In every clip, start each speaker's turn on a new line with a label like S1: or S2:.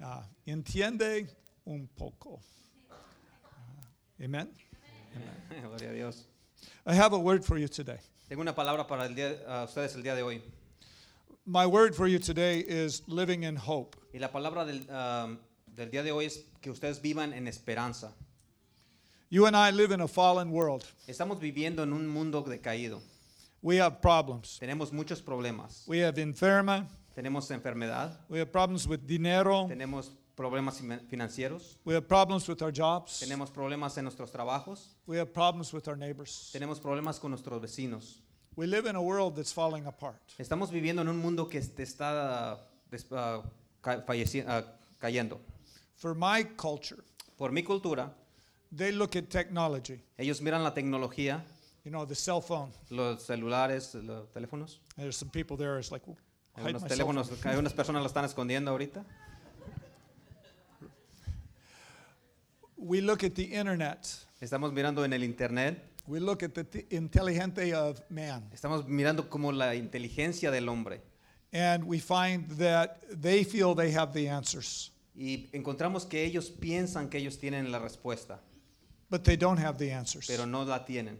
S1: Ah, entiende un poco. Ah, Amen.
S2: Gloria a Dios.
S1: I have a word for you today.
S2: Tengo una palabra para el día- a ustedes el día de hoy.
S1: My word for you today is living in hope.
S2: Y la palabra del, ah, del día de hoy es que ustedes vivan en esperanza.
S1: You and I live in a fallen world.
S2: Estamos viviendo en un mundo decaído.
S1: We have problems.
S2: Tenemos muchos problemas.
S1: We have enferma.
S2: Tenemos enfermedad.
S1: We have problems with dinero.
S2: Tenemos problemas fin- financieros.
S1: We have problems with our jobs.
S2: Tenemos problemas en nuestros trabajos.
S1: We have problems with our neighbors.
S2: Tenemos problemas con nuestros vecinos.
S1: We live in a world that's falling apart.
S2: Estamos viviendo en un mundo que este está ah, des- ah, ca- falleci- ah, cayendo.
S1: For my culture,
S2: Por mi cultura,
S1: they look at technology,
S2: ellos miran la tecnología,
S1: you know, the cell phone.
S2: los celulares, los teléfonos.
S1: There's some people there is like,
S2: Hay
S1: hide
S2: unos
S1: my cell phone.
S2: teléfonos, hay unas personas lo están escondiendo ahorita.
S1: We look at the internet.
S2: Estamos mirando en el internet,
S1: We look at the t- intelligente of man.
S2: estamos mirando como la inteligencia del hombre
S1: And we find that they feel they have the answers,
S2: y encontramos que ellos piensan que ellos tienen la respuesta,
S1: but they don't have the answers.
S2: pero no la tienen.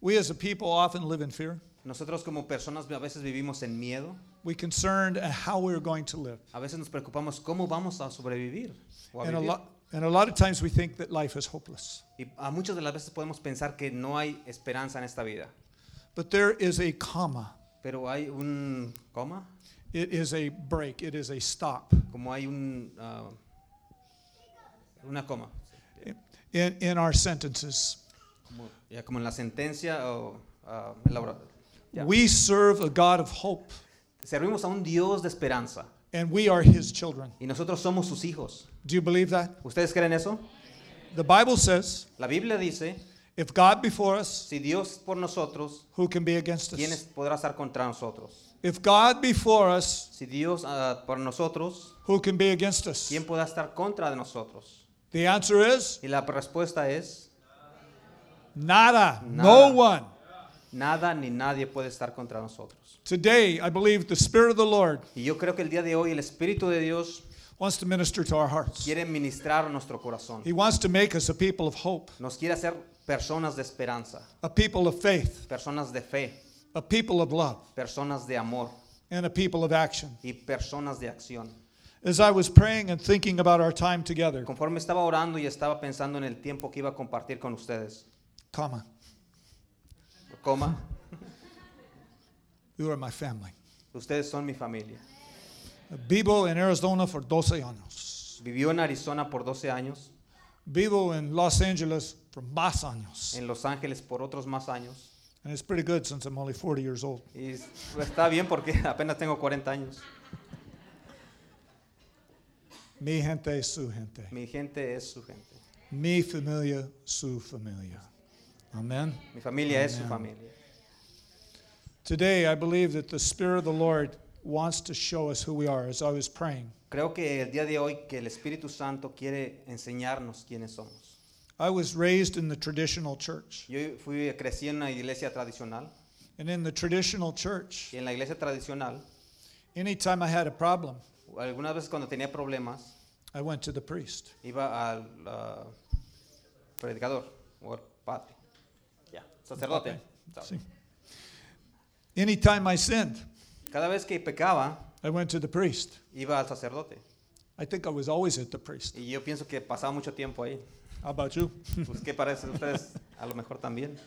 S1: We as a people often live in fear.
S2: Nosotros como personas a veces vivimos en miedo,
S1: We're concerned at how we're going to live.
S2: a veces nos preocupamos cómo vamos a sobrevivir o a
S1: And a,
S2: vivir.
S1: lot, and a lot of times we think that life is hopeless.
S2: Y a muchas de las veces podemos pensar que no hay esperanza en esta vida,
S1: But there is a comma,
S2: pero hay un coma,
S1: it is a break, it is a stop.
S2: como hay un ah, una coma,
S1: in, in our sentences.
S2: como, ya como en la sentencia o ah, elabora- Ya.
S1: We serve a God of hope,
S2: Servimos a un Dios de esperanza
S1: and we are his children.
S2: y nosotros somos sus hijos.
S1: Do you believe that?
S2: ¿Ustedes creen eso?
S1: The Bible says,
S2: La Biblia dice,
S1: if God before us,
S2: si Dios por nosotros,
S1: who can be against
S2: ¿quién
S1: us?
S2: es- podrá estar contra nosotros?
S1: If God before us,
S2: Si Dios ah, por nosotros,
S1: who can be against us?
S2: ¿quién podrá estar contra de nosotros?
S1: The answer is
S2: Y la respuesta es,
S1: nada, no
S2: Nada.
S1: one.
S2: nada ni nadie puede estar contra nosotros.
S1: Today, I believe the Spirit of the Lord
S2: Y yo creo que el día de hoy el Espíritu de Dios
S1: wants to minister to our hearts.
S2: quiere ministrar nuestro corazón.
S1: He wants to make us a people of hope,
S2: Nos quiere hacer personas de esperanza,
S1: a people of faith,
S2: personas de fe,
S1: a people of love,
S2: personas de amor
S1: and a people of action.
S2: y personas de acción.
S1: As I was praying and thinking about our time together,
S2: Conforme estaba orando y estaba pensando en el tiempo que iba a compartir con ustedes,
S1: comma,
S2: coma,
S1: you are my family.
S2: ustedes son mi familia.
S1: Vivo en Arizona for 12 años.
S2: Vivió en Arizona por 12 años,
S1: Vivo en Los Angeles for más años.
S2: en Los Ángeles por otros más años.
S1: And it's pretty good since I'm only 40 years old.
S2: Y es- está bien porque apenas tengo 40 años.
S1: Mi gente, su gente.
S2: Mi gente es su gente.
S1: Mi familia, su familia. Amen.
S2: Mi familia es su
S1: Amen.
S2: familia.
S1: Today, I believe that the Spirit of the Lord wants to show us who we are as I was praying.
S2: Creo que el día de hoy que el Espíritu Santo quiere enseñarnos quiénes somos.
S1: I was raised in the traditional church.
S2: Yo fui crecí en una iglesia tradicional
S1: And in the traditional church,
S2: y en la iglesia tradicional
S1: anytime I had a problem,
S2: algunas veces cuando tenía problemas
S1: I went to the priest.
S2: iba al ah, predicador o al padre, ya, sacerdote.
S1: See. Anytime I sinned,
S2: Cada vez que pecaba
S1: I went to the priest.
S2: iba al sacerdote
S1: I think I was always at the priest.
S2: y yo pienso que pasaba mucho tiempo ahí.
S1: How about you?
S2: Pues qué parece ustedes a lo mejor también,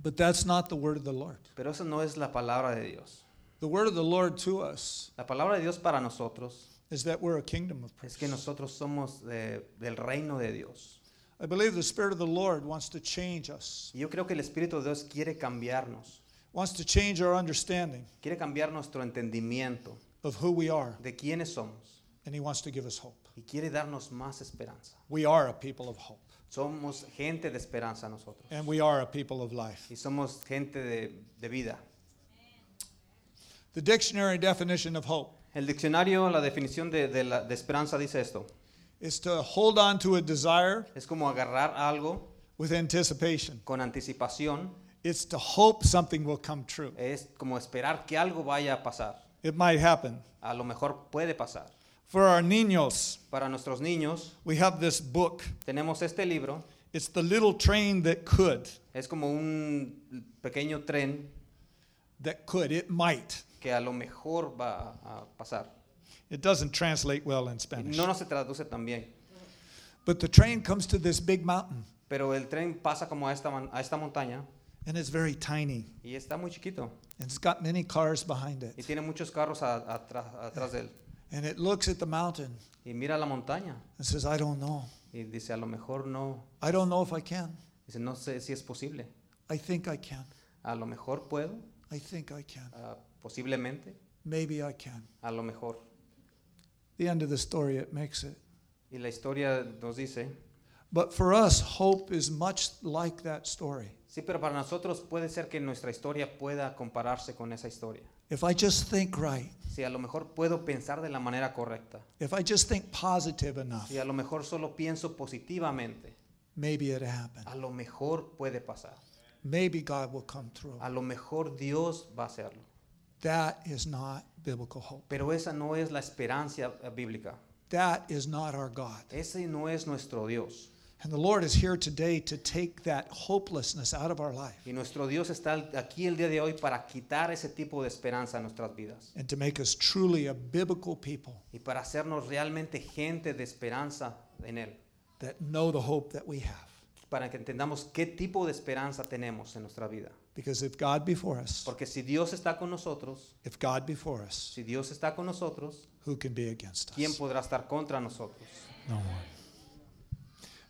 S1: But that's not the word of the Lord.
S2: pero eso no es la palabra de Dios.
S1: The word of the Lord to us
S2: La palabra de Dios para nosotros
S1: is that we're a kingdom of
S2: es
S1: priests.
S2: que nosotros somos de- del reino de Dios.
S1: I believe the Spirit of the Lord wants to change us,
S2: Y yo creo que el Espíritu de Dios quiere cambiarnos,
S1: wants to change our understanding
S2: quiere cambiar nuestro entendimiento
S1: of who we are,
S2: de quiénes somos
S1: and He wants to give us hope.
S2: y quiere darnos más esperanza.
S1: We are a people of hope,
S2: Somos gente de esperanza nosotros.
S1: and we are a people of life.
S2: Y somos gente de, de vida.
S1: The dictionary definition of hope
S2: El diccionario, la definición de, de la- de esperanza dice esto.
S1: is to hold on to a desire
S2: Es como agarrar algo
S1: with anticipation,
S2: con anticipación.
S1: it's to hope something will come true.
S2: Es como esperar que algo vaya a pasar.
S1: It might happen.
S2: A lo mejor puede pasar.
S1: For our niños,
S2: Para nuestros niños
S1: we have this book.
S2: tenemos este libro.
S1: It's The Little Train That Could.
S2: Es como un pequeño tren
S1: That could. It might.
S2: que a lo mejor va a pasar.
S1: It doesn't translate well in Spanish.
S2: No nos se traduce tan bien,
S1: But the train comes to this big mountain,
S2: pero el tren pasa como a esta, mon- a esta montaña
S1: and it's very tiny,
S2: y está muy chiquito
S1: and it's got many cars behind
S2: y
S1: it.
S2: tiene muchos carros a- atra- atrás de él.
S1: And it looks at the mountain
S2: Y mira la montaña
S1: and says, I don't know.
S2: y dice, a lo mejor no,
S1: I don't know if I can.
S2: dice, no sé si es posible.
S1: I think I can.
S2: A lo mejor puedo,
S1: I think I can.
S2: ah, posiblemente,
S1: Maybe I can.
S2: a lo mejor.
S1: The end of the story, it makes it.
S2: Y la historia nos dice,
S1: But for us, hope is much like that story.
S2: sí, pero para nosotros puede ser que nuestra historia pueda compararse con esa historia.
S1: If I just think right,
S2: Si a lo mejor puedo pensar de la manera correcta,
S1: if I just think positive enough,
S2: si a lo mejor solo pienso positivamente,
S1: maybe it happened.
S2: a lo mejor puede pasar.
S1: Maybe God will come through.
S2: A lo mejor Dios va a hacerlo.
S1: That is not biblical hope.
S2: Pero esa no es la esperanza eh, bíblica.
S1: That is not our God.
S2: Ese no es nuestro Dios.
S1: And the Lord is here today to take that hopelessness out of our life
S2: Y nuestro Dios está al- aquí el día de hoy para quitar ese tipo de esperanza a nuestras vidas.
S1: and to make us truly a biblical people
S2: Y para hacernos realmente gente de esperanza en Él.
S1: that know the hope that we have.
S2: Para que entendamos qué tipo de esperanza tenemos en nuestra vida.
S1: Because if God be for us,
S2: Porque si Dios está con nosotros,
S1: if God be for us,
S2: si Dios está con nosotros,
S1: who can be against
S2: ¿quién
S1: us?
S2: podrá estar contra nosotros?
S1: No one.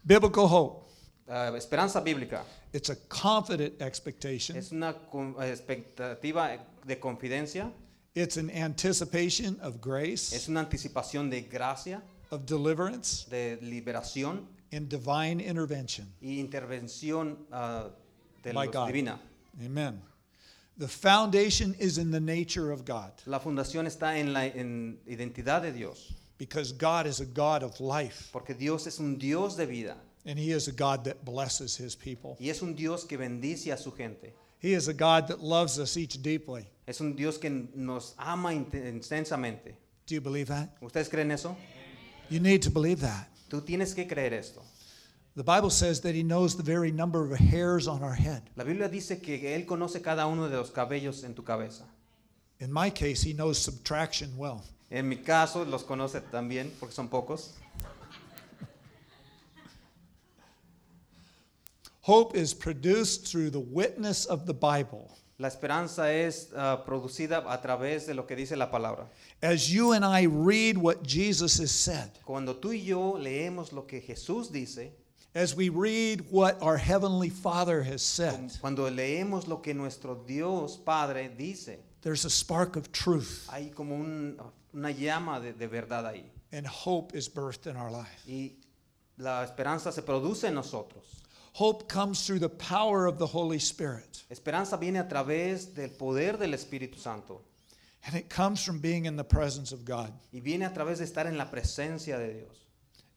S1: Biblical hope.
S2: Ah, esperanza bíblica
S1: It's a confident expectation.
S2: es una con- expectativa de confidencia
S1: It's an anticipation of
S2: Es
S1: grace,
S2: una anticipación de gracia,
S1: of deliverance,
S2: de liberación
S1: and divine intervention.
S2: y intervención ah, de
S1: My
S2: los-
S1: God.
S2: divina.
S1: Amen. The foundation is in the nature of God
S2: La fundación está en la en identidad de Dios,
S1: because God is a God of life
S2: porque Dios es un Dios de vida
S1: and He is a God that blesses His people.
S2: y es un Dios que bendice a su gente.
S1: He is a God that loves us each deeply.
S2: Es un Dios que nos ama inte- intensamente.
S1: Do you believe that?
S2: ¿Ustedes creen eso?
S1: You need to believe that.
S2: Tú tienes que creer esto.
S1: The Bible says that He knows the very number of hairs on our head.
S2: La Biblia dice que Él conoce cada uno de los cabellos en tu cabeza.
S1: In my case, He knows subtraction well.
S2: En mi caso, los conoce también, porque son pocos.
S1: Hope is produced through the witness of the Bible.
S2: La esperanza es ah, producida a través de lo que dice la palabra.
S1: As you and I read what Jesus has said,
S2: Cuando tú y yo leemos lo que Jesús dice,
S1: as we read what our Heavenly Father has said,
S2: cuando leemos lo que nuestro Dios Padre dice,
S1: there's a spark of truth
S2: hay como un- una llama de, de verdad ahí.
S1: and hope is birthed in our life.
S2: Y la esperanza se produce en nosotros.
S1: Hope comes through the power of the Holy Spirit,
S2: Esperanza viene a través del poder del Espíritu Santo
S1: and it comes from being in the presence of God.
S2: y viene a través de estar en la presencia de Dios.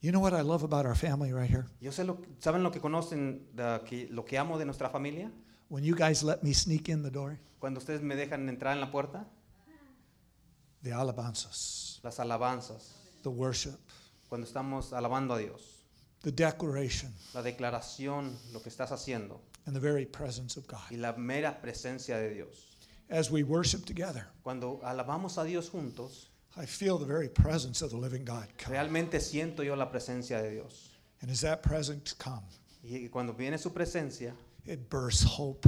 S1: You know what I love about our family right here?
S2: Yo sé lo, ¿Saben lo que conocen, de aquí- lo que amo de nuestra familia?
S1: When you guys let me sneak in the door,
S2: Cuando ustedes me dejan entrar en la puerta,
S1: the alabanzas,
S2: las alabanzas,
S1: the worship,
S2: cuando estamos alabando a Dios.
S1: the declaration,
S2: la declaración, lo que estás haciendo
S1: and the very presence of God.
S2: y la mera presencia de Dios.
S1: As we worship together,
S2: Cuando alabamos a Dios juntos,
S1: I feel the very presence of the living God come.
S2: realmente siento yo la presencia de Dios.
S1: And as that presence come,
S2: Y cuando viene su presencia,
S1: it bursts hope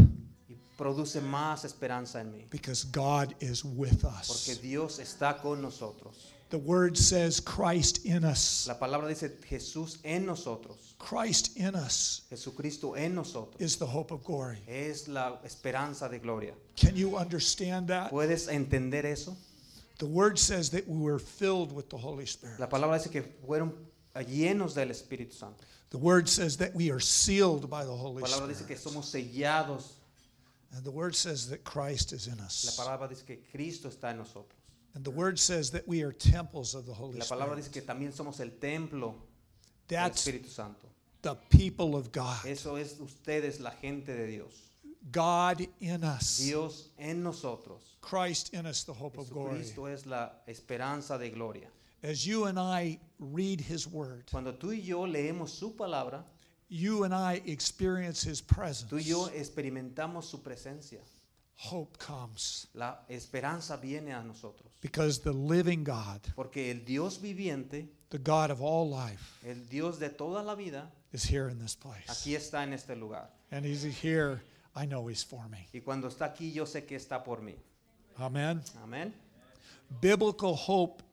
S2: y produce más esperanza en mí,
S1: because God is with
S2: porque
S1: us.
S2: Dios está con nosotros.
S1: The word says Christ in us.
S2: La palabra dice Jesús en nosotros,
S1: Christ in us
S2: Jesucristo en nosotros.
S1: is the hope of glory.
S2: Es la esperanza de gloria.
S1: Can you understand that?
S2: ¿Puedes entender eso?
S1: The word says that we were filled with the Holy Spirit.
S2: La palabra dice que fueron llenos del Espíritu Santo.
S1: The word says that we are sealed by the
S2: La
S1: Holy
S2: palabra dice que
S1: Spirit.
S2: somos sellados
S1: And the word says that Christ is in
S2: La
S1: us.
S2: palabra dice que Cristo está en nosotros.
S1: And the word says that we are temples of the Holy
S2: La palabra
S1: Spirit.
S2: dice que también somos el templo del
S1: That's
S2: Espíritu Santo.
S1: the people of God.
S2: Eso es ustedes, la gente de Dios.
S1: God in us.
S2: Dios en nosotros.
S1: Christ in us, the hope of glory.
S2: Jesucristo es la esperanza de gloria.
S1: As you and I read His Word,
S2: Cuando tú y yo leemos su palabra,
S1: you and I experience His
S2: tú y
S1: presence.
S2: yo experimentamos su presencia.
S1: Hope comes
S2: La esperanza viene a nosotros.
S1: because the living God,
S2: Porque el Dios viviente,
S1: the God of all life,
S2: el Dios de toda la vida,
S1: is here in this place.
S2: aquí está en este lugar.
S1: And He's here. I know He's for me.
S2: Y cuando está aquí, yo sé que está por mí.
S1: Amen.
S2: Amén.
S1: Biblical hope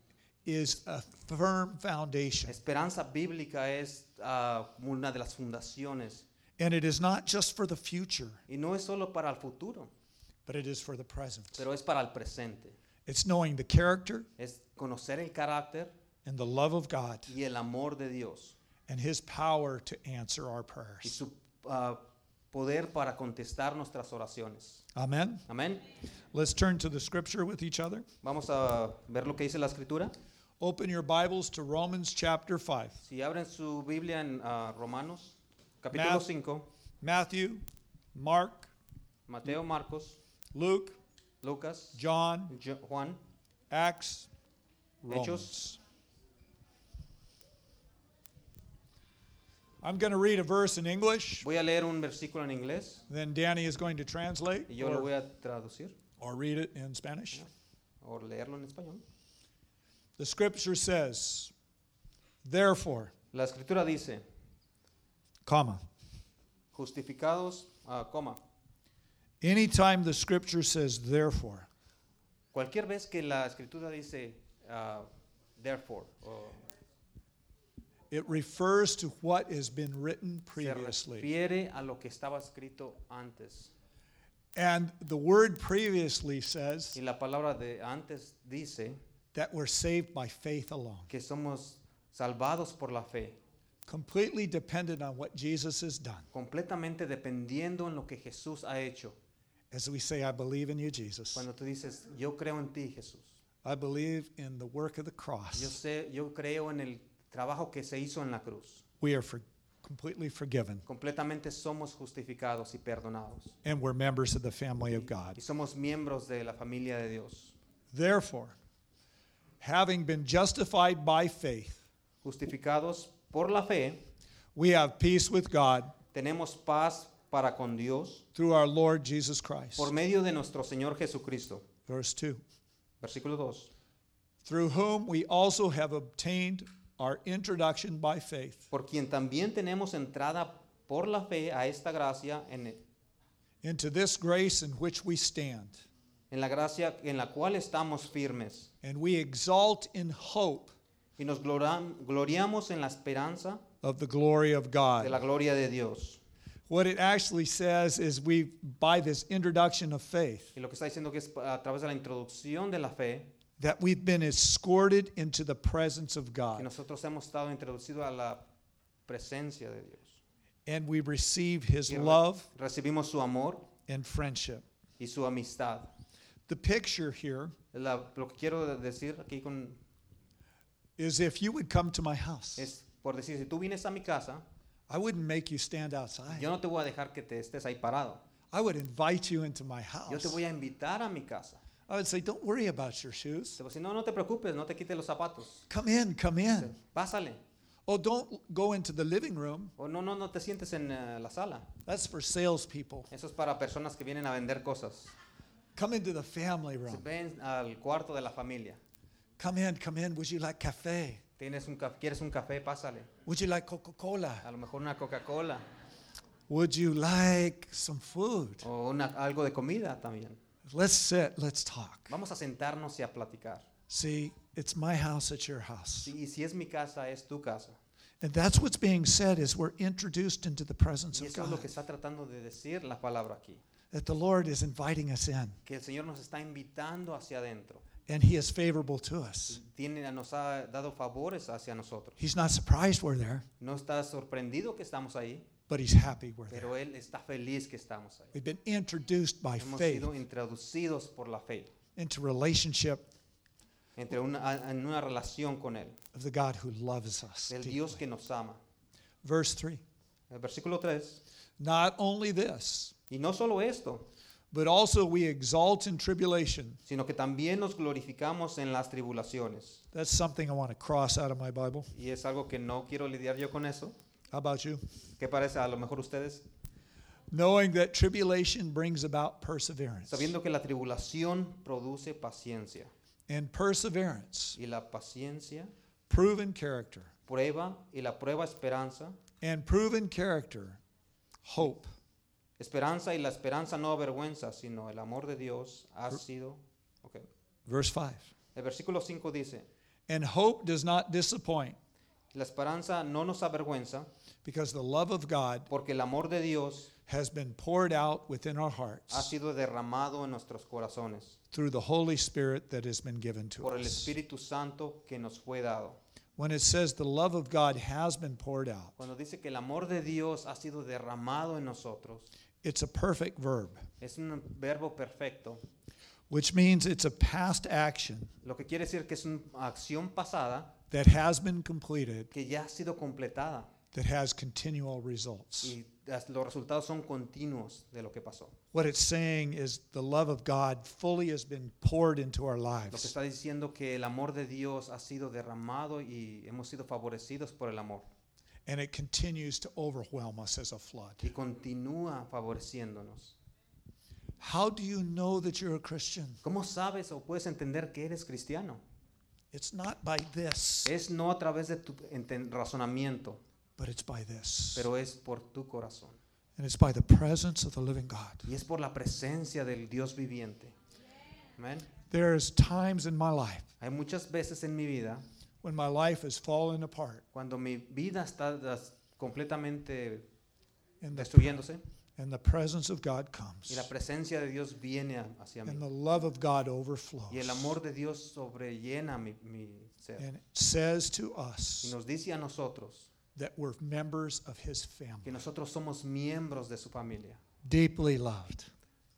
S1: is a firm foundation.
S2: Esperanza bíblica es ah, una de las fundaciones.
S1: And it is not just for the future,
S2: Y no es solo para el futuro,
S1: but it is for the present.
S2: pero es para el presente.
S1: It's knowing the character
S2: Es conocer el carácter
S1: and the love of God
S2: y el amor de Dios.
S1: and His power to answer our
S2: y
S1: prayers.
S2: su ah, poder para contestar nuestras oraciones.
S1: Amen.
S2: Amén.
S1: Let's turn to the scripture with each other.
S2: Vamos a ver lo que dice la escritura.
S1: Open your Bibles to Romans chapter 5.
S2: Si abren su Biblia en ah, Romanos, capítulo
S1: Mat-
S2: 5,
S1: Matthew, Mark,
S2: Mateo, Marcos,
S1: Luke,
S2: Lucas,
S1: John,
S2: Jo- Juan,
S1: Acts,
S2: Hechos.
S1: Romans. I'm going to read a verse in English,
S2: voy a leer un versículo en inglés
S1: then Danny is going to translate
S2: y yo lo voy
S1: or,
S2: a traducir
S1: or read it in Spanish.
S2: o leerlo en español.
S1: The scripture says, Therefore,
S2: La escritura dice,
S1: comma,
S2: justificados, ah, coma,
S1: anytime the scripture says therefore,
S2: cualquier vez que la escritura dice, ah, therefore, o
S1: it refers to what has been written
S2: se
S1: previously.
S2: refiere a lo que estaba escrito antes.
S1: And the word previously says
S2: Y la palabra de antes dice
S1: that we're saved by faith alone,
S2: que somos salvados por la fe,
S1: completely dependent on what Jesus has done.
S2: completamente dependiendo en lo que Jesús ha hecho.
S1: As we say, I believe in you, Jesus.
S2: Cuando tú dices, yo creo en ti, Jesús.
S1: I believe in the work of the
S2: Yo
S1: cross.
S2: sé, yo creo en el trabajo que se hizo en la cruz.
S1: We are for, completely forgiven,
S2: Completamente somos justificados y perdonados.
S1: and we're members of the family of God.
S2: Y somos miembros de la familia de Dios.
S1: Therefore, having been justified by faith,
S2: Justificados por la fe,
S1: we have peace with God
S2: tenemos paz para con Dios
S1: through our Lord Jesus Christ.
S2: por medio de nuestro Señor Jesucristo.
S1: Verse 2.
S2: Versículo 2.
S1: Through whom we also have obtained our introduction by faith
S2: por quien también tenemos entrada por la fe a esta gracia en,
S1: into this grace in which we stand,
S2: en la gracia en la cual estamos firmes
S1: and we exalt in hope
S2: y nos glora- gloriamos en la esperanza
S1: of the glory of
S2: de la
S1: God.
S2: gloria de Dios.
S1: What it actually says is we, by this introduction of faith,
S2: Y lo que está diciendo que es a través de la introducción de la fe
S1: that we've been escorted into the presence of
S2: que
S1: God
S2: nosotros hemos estado introducidos a la presencia de Dios.
S1: and we receive His
S2: Y re-
S1: love
S2: recibimos su amor
S1: and friendship.
S2: y su amistad.
S1: The picture here
S2: La- lo que quiero de- decir aquí con,
S1: is if you would come to my house,
S2: es, por decir, si tú vienes a mi casa,
S1: I wouldn't make you stand outside.
S2: yo no te voy a dejar que te estés ahí parado.
S1: I would invite you into my
S2: Yo te
S1: house.
S2: voy a invitar a mi casa.
S1: I would say, don't worry about your shoes.
S2: Te voy a decir, no, no te preocupes, no te quites los zapatos.
S1: Come in, come in.
S2: Pásale.
S1: Oh, don't go into the living room.
S2: O no, no, no te sientes en eh, la sala.
S1: That's for salespeople.
S2: Eso es para personas que vienen a vender cosas.
S1: Come into the family
S2: Se
S1: room.
S2: ven al cuarto de la familia.
S1: Come in, come in. Would you like cafe?
S2: Tienes un caf- ¿Quieres un café? Pásale.
S1: Would you like Coca
S2: A
S1: Cola?
S2: lo mejor una Coca-Cola
S1: Would you like some food?
S2: o una- algo de comida también.
S1: Let's sit, let's talk.
S2: Vamos a sentarnos y a platicar.
S1: See, it's my house, it's your house.
S2: Sí, y si es mi casa, es tu casa.
S1: And that's what's being said is we're introduced into the presence
S2: Y
S1: of
S2: eso es lo
S1: God.
S2: que está tratando de decir la palabra aquí.
S1: That the Lord is inviting us in
S2: Que el Señor nos está invitando hacia adentro.
S1: and he is favorable to us.
S2: Tiene, nos ha dado favores hacia nosotros.
S1: He's not surprised we're there,
S2: No está sorprendido que estamos ahí.
S1: but he's happy we're there.
S2: Pero Él está feliz que estamos ahí.
S1: We've been introduced by
S2: Hemos
S1: faith
S2: sido introducidos por la fe
S1: into relationship
S2: entre una, a- en una relación con Él,
S1: of the God who loves us.
S2: del
S1: deeply.
S2: Dios que nos ama.
S1: Verse 3.
S2: El versículo 3.
S1: Not only this,
S2: Y no solo esto,
S1: but also we exalt in tribulation.
S2: sino que también nos glorificamos en las tribulaciones.
S1: That's something I want to cross out of my Bible.
S2: Y es algo que no quiero lidiar yo con eso.
S1: How about you?
S2: ¿Qué parece? A lo mejor ustedes,
S1: Knowing that tribulation brings about perseverance.
S2: sabiendo que la tribulación produce paciencia
S1: And perseverance,
S2: y la paciencia
S1: proven character.
S2: prueba y la prueba esperanza,
S1: And proven character, hope.
S2: esperanza y la esperanza no avergüenza, sino el amor de Dios ha sido. ok.
S1: Verse 5.
S2: El versículo 5 dice,
S1: And hope does not disappoint
S2: la esperanza no nos avergüenza
S1: because the love of God
S2: porque el amor de Dios
S1: has been poured out within our hearts.
S2: ha sido derramado en nuestros corazones
S1: through the Holy Spirit that has been given to
S2: por el
S1: us.
S2: Espíritu Santo que nos fue dado.
S1: When it says the love of God has been poured out,
S2: Cuando dice que el amor de Dios ha sido derramado en nosotros,
S1: it's a perfect verb,
S2: es un verbo perfecto,
S1: which means it's a past action
S2: lo que quiere decir que es una acción pasada
S1: that has been completed
S2: que ya ha sido completada
S1: that has continual results.
S2: y las- los resultados son continuos de lo que pasó.
S1: What it's saying is the love of God fully has been poured into our
S2: Lo que
S1: lives.
S2: está diciendo que el amor de Dios ha sido derramado y hemos sido favorecidos por el amor
S1: And it continues to overwhelm us as a flood.
S2: y continúa favoreciéndonos.
S1: How do you know that you're a Christian?
S2: ¿Cómo sabes o puedes entender que eres cristiano?
S1: It's not by this,
S2: Es no a través de tu enten- razonamiento,
S1: but it's by this.
S2: pero es por tu corazón.
S1: And it's by the presence of the living God.
S2: Y es por la presencia del Dios viviente. Amén.
S1: There's times in my life
S2: Hay muchas veces en mi vida
S1: when my life has fallen apart
S2: cuando mi vida está das- completamente
S1: and the,
S2: destruyéndose
S1: and the presence of God
S2: y la
S1: comes
S2: presencia de Dios viene a- hacia
S1: and
S2: mí
S1: the love of God overflows
S2: y el amor de Dios sobrellena mi, mi ser
S1: and it says to
S2: y
S1: us
S2: nos dice a nosotros
S1: that we're members of his
S2: que
S1: family,
S2: nosotros somos miembros de su familia,
S1: deeply loved,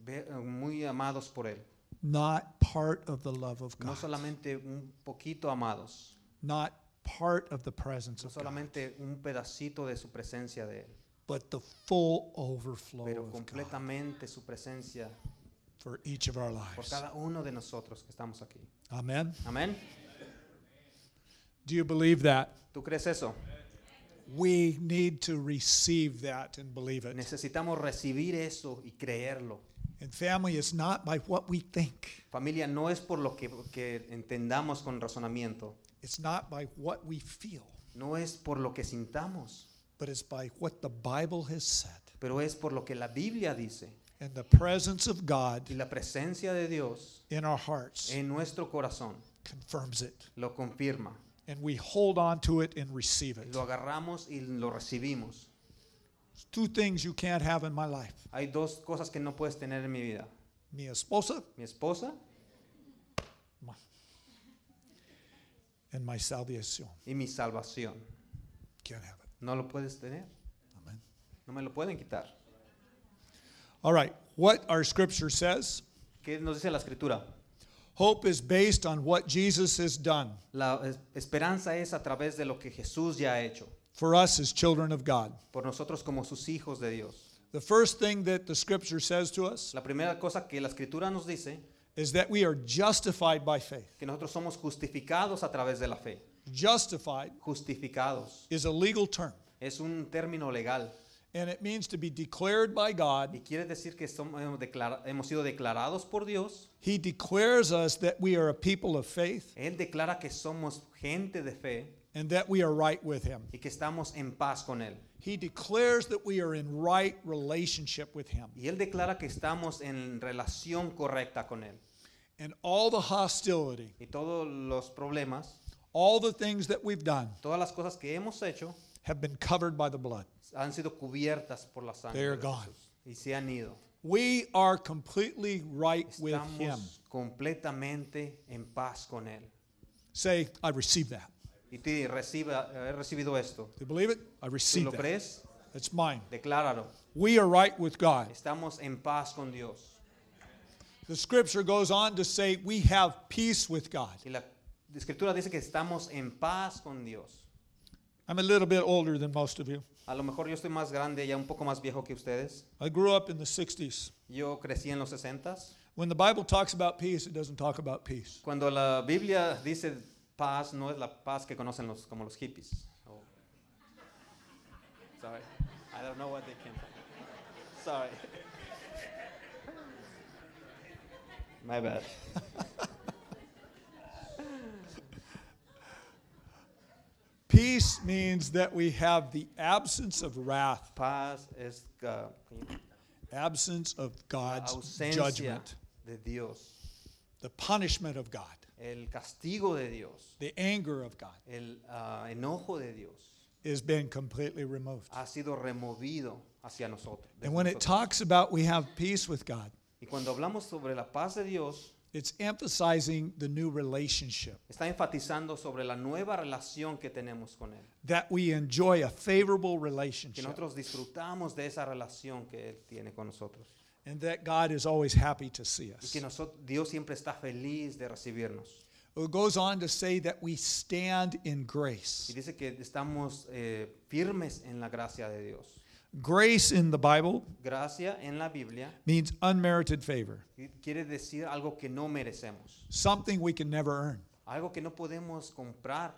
S2: ve- eh, muy amados por Él,
S1: not part of the love of
S2: no
S1: God,
S2: solamente un poquito amados,
S1: not part of the presence
S2: no
S1: of God,
S2: solamente un pedacito de su presencia de Él,
S1: but the full overflow
S2: pero
S1: of God
S2: completamente su presencia
S1: for each of our
S2: por
S1: lives.
S2: cada uno de nosotros que estamos aquí.
S1: Amen.
S2: Amén.
S1: Do you believe that?
S2: ¿Tú crees eso?
S1: We need to receive that and believe it.
S2: Necesitamos recibir eso y creerlo.
S1: And family is not by what we think.
S2: Familia no es por lo que, que entendamos con razonamiento,
S1: It's not by what we feel,
S2: no es por lo que sintamos,
S1: but it's by what the Bible has said.
S2: pero es por lo que la Biblia dice
S1: And the presence of God
S2: y la presencia de Dios
S1: in our hearts
S2: en nuestro corazón
S1: confirms it.
S2: lo confirma.
S1: And we hold on to it and receive it.
S2: Lo agarramos y lo recibimos.
S1: There's two things you can't have in my life
S2: Hay dos cosas que no puedes tener en mi vida.
S1: mi esposa
S2: Mi esposa
S1: and my salvación.
S2: y mi salvación.
S1: Can't have it.
S2: No lo puedes tener.
S1: Amen.
S2: No me lo pueden quitar.
S1: All right, what our scripture says
S2: ¿Qué nos dice la escritura?
S1: hope is based on what Jesus has done
S2: La es- esperanza es a través de lo que Jesús ya ha hecho
S1: for us as children of God.
S2: por nosotros como sus hijos de Dios.
S1: The first thing that the scripture says to us
S2: La primera cosa que la escritura nos dice
S1: is that we are justified by faith.
S2: que nosotros somos justificados a través de la fe.
S1: Justified
S2: Justificados
S1: is a legal term,
S2: es un término legal
S1: and it means to be declared by God.
S2: y quiere decir que somos, hemos declara- hemos sido declarados por Dios.
S1: He declares us that we are a people of faith
S2: Él declara que somos gente de fe
S1: and that we are right with Him.
S2: y que estamos en paz con Él.
S1: He declares that we are in right relationship with Him.
S2: Y Él declara que estamos en relación correcta con Él.
S1: And all the hostility,
S2: Y todos los problemas,
S1: all the things that we've done
S2: todas las cosas que hemos hecho,
S1: have been covered by the blood.
S2: han sido cubiertas por la sangre
S1: They
S2: de
S1: are gone.
S2: Jesús y se han ido.
S1: We are completely right with Him.
S2: Estamos completamente en paz con él.
S1: Say, I receive that.
S2: Y te reciba, he recibido esto.
S1: Do you believe it? I
S2: ¿Tú
S1: receive
S2: lo
S1: that.
S2: crees?
S1: That's mine.
S2: Decláralo.
S1: We are right with God.
S2: Estamos en paz con Dios.
S1: The scripture goes on to say we have peace with God.
S2: Y la escritura dice que estamos en paz con Dios.
S1: I'm a little bit older than most of you.
S2: A lo mejor yo estoy más grande, ya un poco más viejo que ustedes.
S1: I grew up in the 60s.
S2: Yo crecí en los 60
S1: When the Bible talks about peace, it doesn't talk about peace.
S2: Cuando la Biblia dice paz, no es la paz que conocen los, como los hippies. Oh. Sorry. I don't know what they came from. Sorry. My bad.
S1: Peace means that we have the absence of wrath,
S2: Paz es ah,
S1: absence of
S2: la
S1: God's
S2: ausencia
S1: judgment,
S2: de Dios,
S1: the punishment of God,
S2: el castigo de Dios,
S1: the anger of God
S2: el ah, enojo de Dios
S1: has been completely removed.
S2: ha sido removido hacia nosotros. desde
S1: And when it
S2: nosotros.
S1: talks about we have peace with God,
S2: Y cuando hablamos sobre la paz de Dios,
S1: it's emphasizing the new relationship
S2: está enfatizando sobre la nueva relación que tenemos con Él.
S1: that we enjoy a favorable
S2: Que
S1: relationship
S2: nosotros disfrutamos de esa relación que Él tiene con nosotros.
S1: and that God is always happy to see
S2: Y
S1: us.
S2: que noso- Dios siempre está feliz de recibirnos.
S1: It goes on to say that we stand in
S2: Y
S1: grace.
S2: dice que estamos eh, firmes en la gracia de Dios.
S1: Grace in the Bible
S2: Gracia en la Biblia
S1: means unmerited favor,
S2: quiere decir algo que no merecemos,
S1: something we can never earn.
S2: algo que no podemos comprar.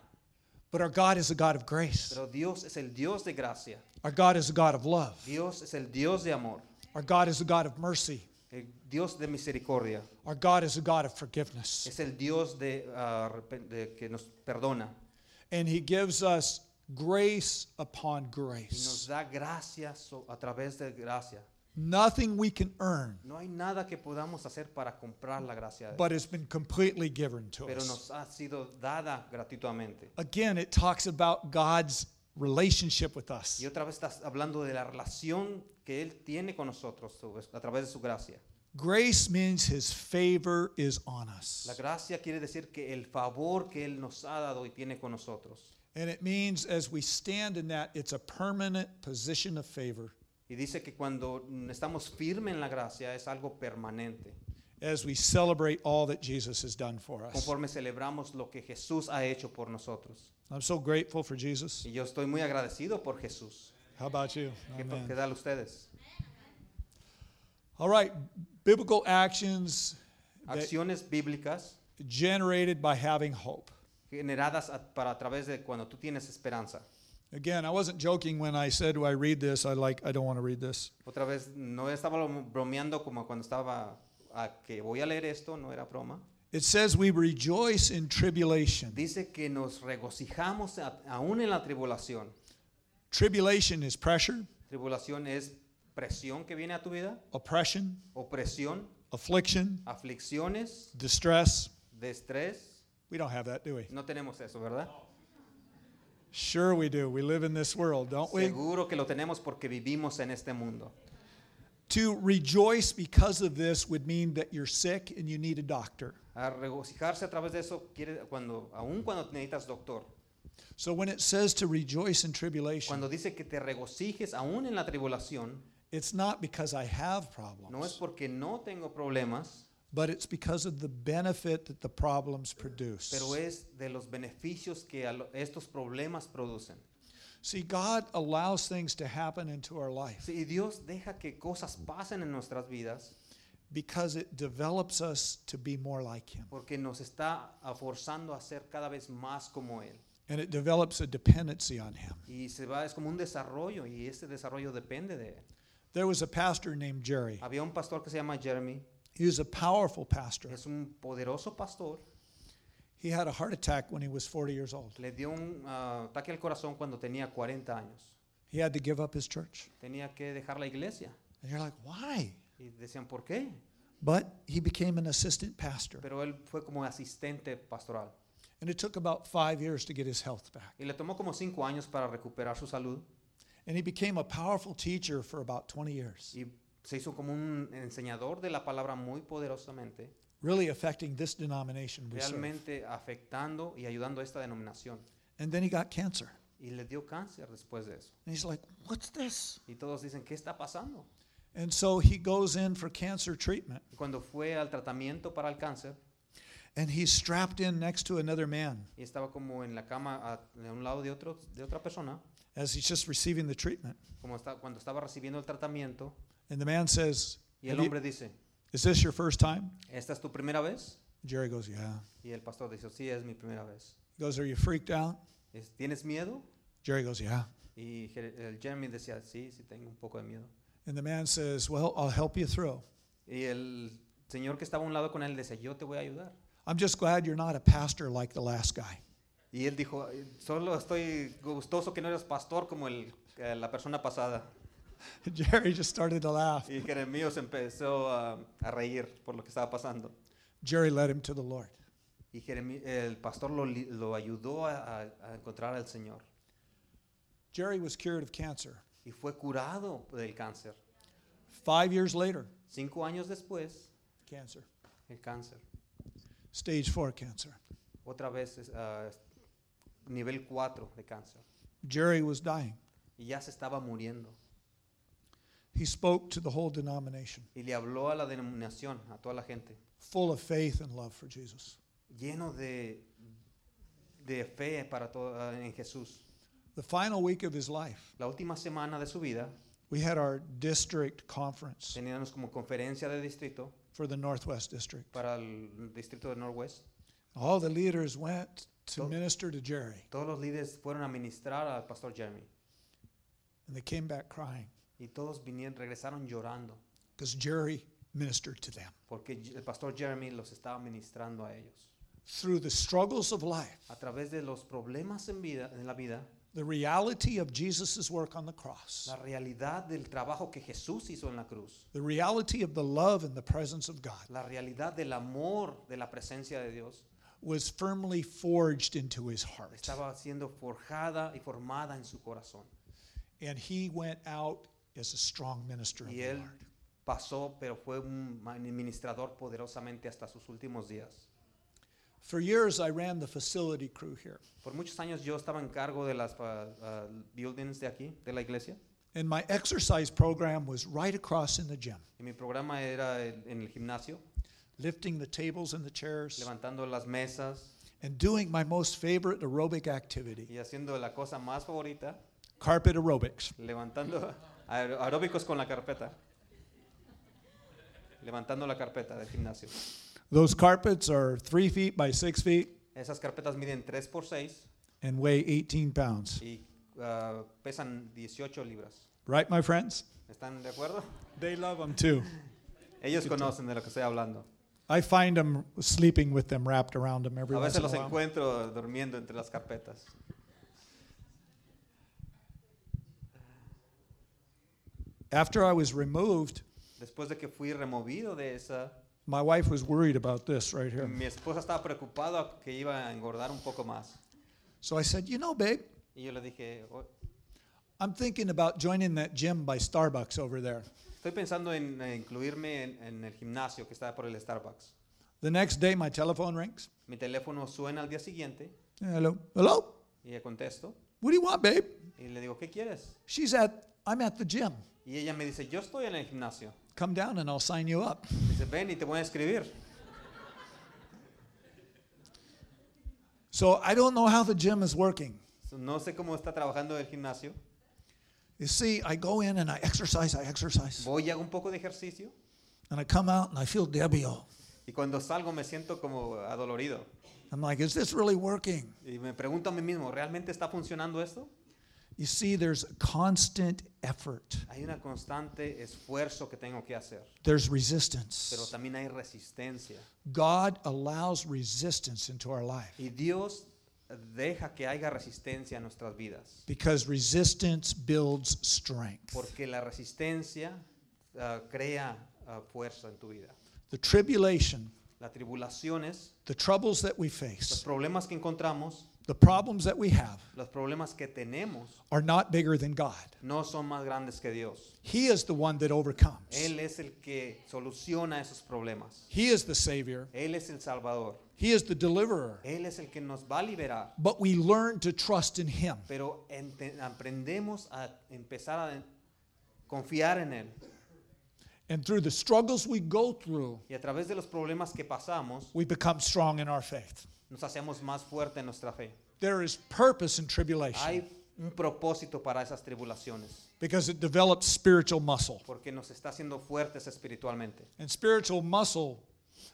S1: But our God is a God of grace.
S2: Pero Dios es el Dios de gracia,
S1: Our God is a God of love.
S2: Dios es el Dios de amor,
S1: Our God is a God of mercy.
S2: el Dios de misericordia,
S1: Our God is a God of forgiveness.
S2: es el Dios de, ah, repen- de que nos perdona
S1: And He gives us grace upon
S2: y nos
S1: grace.
S2: da gracia so- a través de gracia.
S1: Nothing we can earn,
S2: No hay nada que podamos hacer para comprar la gracia de Dios,
S1: but it's been completely given to
S2: pero
S1: us.
S2: nos ha sido dada gratuitamente.
S1: Again, it talks about God's relationship with us.
S2: Y otra vez estás hablando de la relación que Él tiene con nosotros sobre- a través de su gracia.
S1: Grace means His favor is on
S2: La
S1: us.
S2: gracia quiere decir que el favor que Él nos ha dado y tiene con nosotros.
S1: And it means as we stand in that, it's a permanent position of favor.
S2: Y dice que cuando mm, estamos firmes en la gracia es algo permanente,
S1: as we celebrate all that Jesus has done for us.
S2: conforme celebramos lo que Jesús ha hecho por nosotros.
S1: I'm so grateful for Jesus.
S2: Y yo estoy muy agradecido por Jesús.
S1: How about you?
S2: ¿Qué,
S1: Amen.
S2: qué tal ustedes?
S1: All right, biblical actions that
S2: Acciones bíblicas
S1: generated by having hope.
S2: generadas a- para a través de cuando tú tienes esperanza.
S1: Again, I wasn't joking when I said "Do I read this. I like I don't want to read this.
S2: Otra vez, no estaba brom- bromeando como cuando estaba a que voy a leer esto, no era broma.
S1: It says we rejoice in tribulation.
S2: Dice que nos regocijamos a- aún en la tribulación.
S1: Tribulation is pressure,
S2: Tribulación es presión que viene a tu vida,
S1: oppression,
S2: opresión,
S1: affliction,
S2: aflicciones,
S1: distress.
S2: de estrés.
S1: We don't have that, do we?
S2: No tenemos eso, ¿verdad?
S1: Sure we do. We live in this world, don't we?
S2: Seguro que lo tenemos porque vivimos en este mundo.
S1: To rejoice because of this would mean that you're sick and you need a doctor.
S2: A regocijarse a través de eso, quiere, cuando, aún cuando necesitas doctor.
S1: So when it says to rejoice in tribulation,
S2: Cuando dice que te regocijes aún en la tribulación,
S1: it's not because I have
S2: no
S1: problems,
S2: es porque no tengo problemas,
S1: but it's because of the benefit that the problems produce.
S2: pero es de los beneficios que a lo- estos problemas producen.
S1: See, God allows things to happen into our life
S2: Sí, y Dios deja que cosas pasen en nuestras vidas
S1: because it develops us to be more like Him.
S2: porque nos está ah, forzando a ser cada vez más como Él.
S1: And it develops a dependency on Him.
S2: Y se va, es como un desarrollo y ese desarrollo depende de Él.
S1: There was a pastor named Jerry.
S2: Había un pastor que se llama Jeremy,
S1: He was a powerful pastor.
S2: es un poderoso pastor,
S1: He had a heart attack when he was 40 years old.
S2: le dio un ah, ataque al corazón cuando tenía 40 años.
S1: He had to give up his church.
S2: Tenía que dejar la iglesia.
S1: And you're like, why?
S2: Y decían, ¿por qué?
S1: But he became an assistant pastor.
S2: Pero él fue como asistente pastoral.
S1: And it took about five years to get his health back.
S2: Y le tomó como cinco años para recuperar su salud.
S1: And he became a powerful teacher for about 20 years,
S2: y se hizo como un enseñador de la palabra muy poderosamente,
S1: really affecting this denomination we serve.
S2: realmente afectando y ayudando a esta denominación.
S1: And then he got cancer.
S2: Y le dio cáncer después de eso.
S1: And he's like, what's this?
S2: Y todos dicen, ¿qué está pasando?
S1: And so he goes in for cancer treatment.
S2: Y cuando fue al tratamiento para el cáncer,
S1: and he's strapped in next to another man
S2: y estaba como en la cama a, de un lado de, otro, de otra persona,
S1: as he's just receiving the treatment.
S2: como está, cuando estaba recibiendo el tratamiento,
S1: And the man says,
S2: y el
S1: "Have you-
S2: hombre dice,
S1: Is this your first time?
S2: ¿esta es tu primera vez?
S1: Jerry goes, Yeah.
S2: Y el pastor dice, sí, es mi primera vez.
S1: He goes, Are you freaked out?
S2: Dice, ¿Tienes miedo?
S1: Jerry goes, Yeah.
S2: Y Jer- el Jeremy decía, sí, sí, tengo un poco de miedo.
S1: And the man says, Well, I'll help you through.
S2: Y el señor que estaba a un lado con él decía, yo te voy a ayudar.
S1: I'm just glad you're not a pastor like the last guy.
S2: Y él dijo, "Eh, solo estoy gustoso que no eres pastor como el, eh, la persona pasada.
S1: Jerry just started to laugh.
S2: Y Jeremías empezó a, a reír por lo que estaba pasando.
S1: Jerry led him to the Lord.
S2: Y Jeremí- el pastor lo, li- lo ayudó a, a- a encontrar al Señor.
S1: Jerry was cured of cancer.
S2: Y fue curado del cáncer.
S1: Five years later,
S2: Cinco años después,
S1: cancer,
S2: el cáncer.
S1: stage four cancer.
S2: Otra vez, es, ah, nivel 4 de cáncer.
S1: Jerry was dying.
S2: Y ya se estaba muriendo.
S1: He spoke to the whole denomination,
S2: Y le habló a la denominación, a toda la gente,
S1: full of faith and love for Jesus.
S2: lleno de, de fe para todo, eh, en Jesús.
S1: The final week of his life,
S2: La última semana de su vida,
S1: we had our district conference
S2: teníamos como conferencia de distrito
S1: for the Northwest District.
S2: para el distrito de Norwest.
S1: All the leaders went to
S2: Oh.
S1: minister to Jerry,
S2: Todos los líderes fueron a ministrar al pastor Jeremy.
S1: and they came back crying
S2: Y todos vinieron, regresaron llorando,
S1: because Jerry ministered to them.
S2: porque el pastor Jeremy los estaba ministrando a ellos.
S1: Through the struggles of life,
S2: A través de los problemas en, vida, en la vida,
S1: the reality of Jesus' work on the cross,
S2: la realidad del trabajo que Jesús hizo en la cruz,
S1: the reality of the love and the presence of God
S2: la realidad del amor de la presencia de Dios,
S1: was firmly forged into his heart.
S2: estaba siendo forjada y formada en su corazón.
S1: And he went out as a strong minister of
S2: Y
S1: the
S2: él
S1: Lord.
S2: pasó, pero fue un administrador poderosamente hasta sus últimos días.
S1: For years, I ran the facility crew here.
S2: Por muchos años yo estaba en cargo de las ah, ah, buildings de aquí, de la iglesia.
S1: And my exercise program was right across in the gym,
S2: Y mi programa era el- en el gimnasio,
S1: lifting the tables and the chairs
S2: levantando las mesas
S1: and doing my most favorite aerobic activity,
S2: y haciendo la cosa más favorita,
S1: carpet aerobics.
S2: levantando aer- aeróbicos con la carpeta. Levantando la carpeta del gimnasio.
S1: Those carpets are three feet by six feet
S2: Esas carpetas miden 3 por 6
S1: and weigh 18 pounds.
S2: y ah, pesan 18 libras.
S1: Right, my friends?
S2: ¿Están de acuerdo?
S1: They love them too.
S2: Ellos conocen de lo que estoy hablando.
S1: I find them sleeping with them wrapped around them every
S2: A
S1: once
S2: veces
S1: in a
S2: los
S1: while.
S2: encuentro durmiendo entre las carpetas.
S1: After I was removed,
S2: Después de que fui removido de esa,
S1: my wife was worried about this right here.
S2: mi esposa estaba preocupada que iba a engordar un poco más.
S1: So I said, You know, babe,
S2: Y yo le dije, "Oh, "O-
S1: I'm thinking about joining that gym by Starbucks over there.
S2: estoy pensando en eh, incluirme en, en el gimnasio que está por el Starbucks.
S1: The next day, my telephone rings.
S2: Mi teléfono suena al día siguiente
S1: Hello, hello.
S2: y le contesto
S1: What do you want, babe?
S2: y le digo, ¿qué quieres?
S1: She's at. I'm at the gym.
S2: Y ella me dice, yo estoy en el gimnasio.
S1: Come down and I'll sign you up.
S2: Dice, ven y te voy a escribir.
S1: So I don't know how the gym is working.
S2: No sé cómo está trabajando el gimnasio.
S1: You see, I go in and I exercise, I exercise,
S2: Voy a un poco de ejercicio
S1: and I come out and I feel debil.
S2: y cuando salgo me siento como adolorido.
S1: I'm like, is this really working?
S2: Y me pregunto a mí mismo, ¿realmente está funcionando esto?
S1: You see, there's constant effort.
S2: Hay un constante esfuerzo que tengo que hacer,
S1: There's
S2: pero
S1: resistance.
S2: también hay resistencia.
S1: God allows resistance into our life
S2: Y Dios deja que haya resistencia en nuestras vidas,
S1: because resistance builds strength.
S2: porque la resistencia ah, crea ah, fuerza en tu vida.
S1: The tribulation,
S2: Las tribulaciones,
S1: the troubles that we
S2: los
S1: face,
S2: problemas que encontramos,
S1: the problems that we have
S2: los problemas que tenemos,
S1: are not bigger than God.
S2: no son más grandes que Dios.
S1: He is the one that overcomes.
S2: Él es el que soluciona esos problemas.
S1: He is the Savior.
S2: Él es el Salvador.
S1: He is the deliverer.
S2: Él es el que nos va a liberar.
S1: But we learn to trust in Him.
S2: pero ente- aprendemos a empezar a confiar en Él.
S1: And through the struggles we go through,
S2: Y a través de los problemas que pasamos,
S1: we become strong in our faith.
S2: nos hacemos más fuerte en nuestra fe.
S1: There is purpose in tribulation
S2: Hay un propósito para esas tribulaciones,
S1: because it develops spiritual muscle.
S2: porque nos está haciendo fuertes espiritualmente.
S1: And spiritual muscle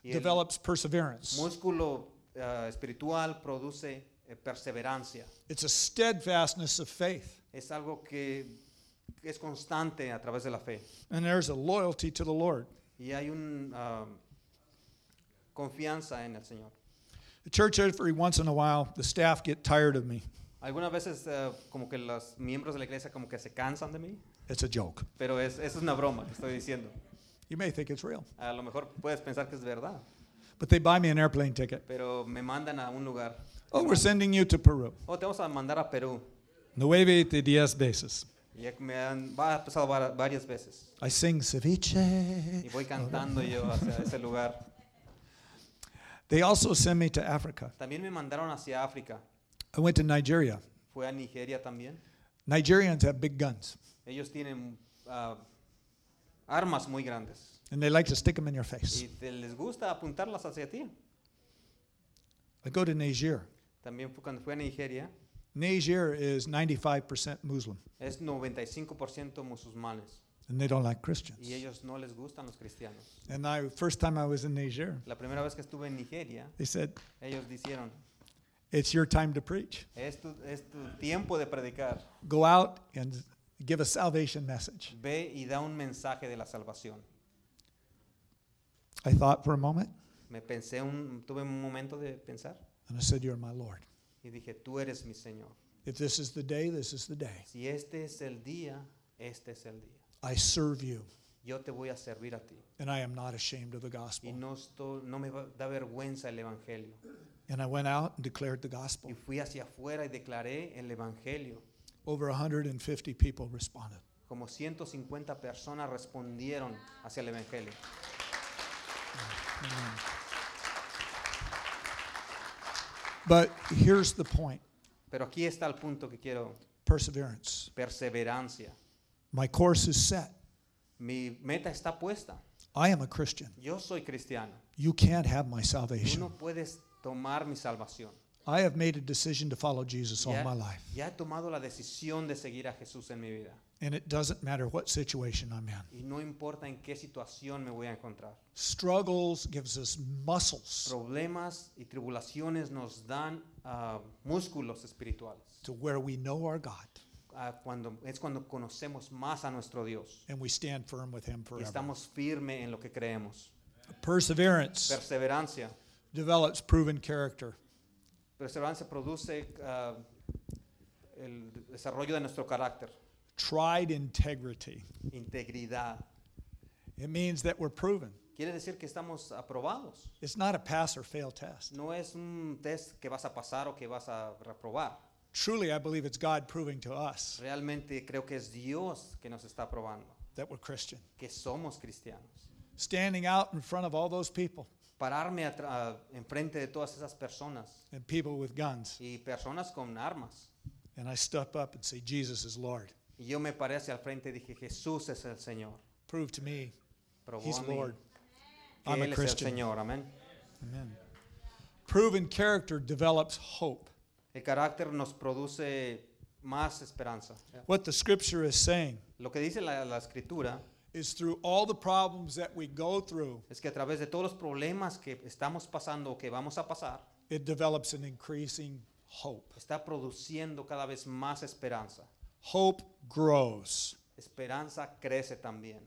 S2: Y el
S1: develops perseverance.
S2: músculo eh, espiritual produce eh, perseverancia.
S1: It's a steadfastness of faith.
S2: Es algo que es constante a través de la fe.
S1: And there's a loyalty to the Lord.
S2: Y hay una confianza en el Señor.
S1: The church, every once in a while, the staff get tired of me.
S2: Algunas veces eh, como que los miembros de la iglesia como que se cansan de mí,
S1: It's a joke.
S2: pero es, es una broma que estoy diciendo.
S1: You may think it's real.
S2: A lo mejor puedes pensar que es verdad,
S1: But they buy me an airplane ticket.
S2: pero me mandan a un lugar.
S1: Oh, we're sending you to Peru.
S2: Oh, te vamos a mandar a Perú.
S1: Nueve de diez veces.
S2: Y ya que me han va, ha pasado var- varias veces.
S1: I sing ceviche.
S2: Y voy cantando yo hacia ese lugar.
S1: They also send me to Africa.
S2: También me mandaron hacia África.
S1: I went to Nigeria.
S2: Fue a Nigeria también.
S1: Nigerians have big guns,
S2: Ellos tienen ah, armas muy grandes.
S1: and they like to stick them in your face.
S2: Y te- les gusta apuntarlas hacia ti.
S1: I go to Niger.
S2: También fu- cuando fui a Nigeria,
S1: Niger is 95% Muslim,
S2: es 95% musulmanes.
S1: and they don't like Christians.
S2: Y ellos no les gustan los cristianos.
S1: And I, first time I was in Niger,
S2: La primera vez que estuve en Nigeria,
S1: they said,
S2: ellos dijeron,
S1: It's your time to preach.
S2: es tu, es tu tiempo de predicar.
S1: Go out and give a salvation message.
S2: Ve y da un mensaje de la salvación.
S1: I thought for a moment,
S2: Me pensé, un, tuve un momento de pensar
S1: and I said, You're my Lord.
S2: y dije, tú eres mi Señor.
S1: If this is the day, this is the day.
S2: Si este es el día, este es el día.
S1: I serve you,
S2: Yo te voy a servir a ti.
S1: and I am not ashamed of the gospel.
S2: Y no, estoy, no me va- da vergüenza el Evangelio.
S1: And I went out and declared the gospel.
S2: Y fui hacia afuera y declaré el Evangelio.
S1: Over 150 people responded.
S2: Como 150 personas respondieron hacia el Evangelio.
S1: But here's the point
S2: Pero aquí está el punto que quiero,
S1: perseverance.
S2: perseverancia.
S1: My course is set.
S2: Mi meta está puesta.
S1: I am a Christian.
S2: Yo soy cristiano.
S1: You can't have my
S2: Tú
S1: salvation.
S2: no puedes tomar mi salvación.
S1: I have made a decision to follow Jesus all
S2: Ya-
S1: my life,
S2: ya he tomado la decisión de seguir a Jesús en mi vida.
S1: and it doesn't matter what situation I'm in.
S2: Y no importa en qué situación me voy a encontrar.
S1: Struggles gives us muscles
S2: Problemas y tribulaciones nos dan ah, músculos espirituales.
S1: to where we know our God
S2: Ah, cuando, es cuando conocemos más a nuestro Dios.
S1: and we stand firm with Him
S2: Y
S1: forever.
S2: estamos firmes en lo que creemos.
S1: Perseverance
S2: Perseverancia.
S1: develops proven character.
S2: Perseverancia produce ah, el desarrollo de nuestro carácter.
S1: Tried integrity.
S2: Integridad.
S1: It means that we're proven.
S2: Quiere decir que estamos aprobados.
S1: It's not a pass or fail test.
S2: No es un test que vas a pasar o que vas a reprobar.
S1: Truly, I believe it's God proving to us
S2: Realmente creo que es Dios que nos está probando,
S1: that we're Christian.
S2: que somos cristianos.
S1: Standing out in front of all those people
S2: Pararme atra- enfrente de todas esas personas
S1: and people with guns,
S2: y personas con armas.
S1: and I step up and say, Jesus is Lord.
S2: Y yo me paré hacia el frente y dije, Jesús es el Señor.
S1: Prove to me
S2: Probó
S1: He's
S2: a mí
S1: Lord.
S2: que
S1: I'm a
S2: Él es el
S1: Christian.
S2: Señor, amén.
S1: Amen. Proven character develops hope.
S2: El carácter nos produce más esperanza.
S1: What the scripture is saying
S2: Lo que dice la, la escritura
S1: is through all the problems that we go through,
S2: es que a través de todos los problemas que estamos pasando o que vamos a pasar,
S1: it develops an increasing hope.
S2: está produciendo cada vez más esperanza.
S1: Hope grows.
S2: Esperanza crece también.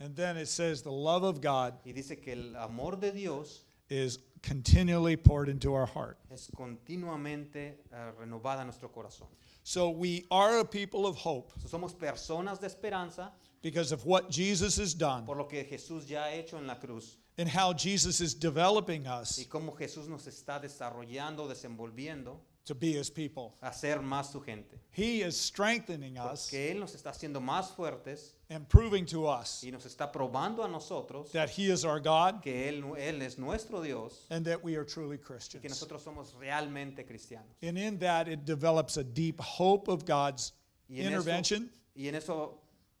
S1: And then it says, the love of God
S2: Y dice que el amor de Dios
S1: is continually poured into our heart.
S2: es continuamente eh, renovada en nuestro corazón.
S1: So we are a people of hope
S2: So, somos personas de esperanza
S1: because of what Jesus has done
S2: por lo que Jesús ya ha hecho en la cruz
S1: and how Jesus is developing us
S2: y cómo Jesús nos está desarrollando, desenvolviendo
S1: to be his people.
S2: a ser más su gente.
S1: He is strengthening us
S2: Porque Él nos está haciendo más fuertes
S1: and proving to us
S2: y nos está probando a nosotros
S1: that he is our God
S2: que Él, él es nuestro Dios
S1: and that we are truly
S2: y que
S1: Christians.
S2: nosotros somos realmente cristianos.
S1: And in that, it develops a deep hope of God's
S2: Y en eso-
S1: intervention
S2: Y en eso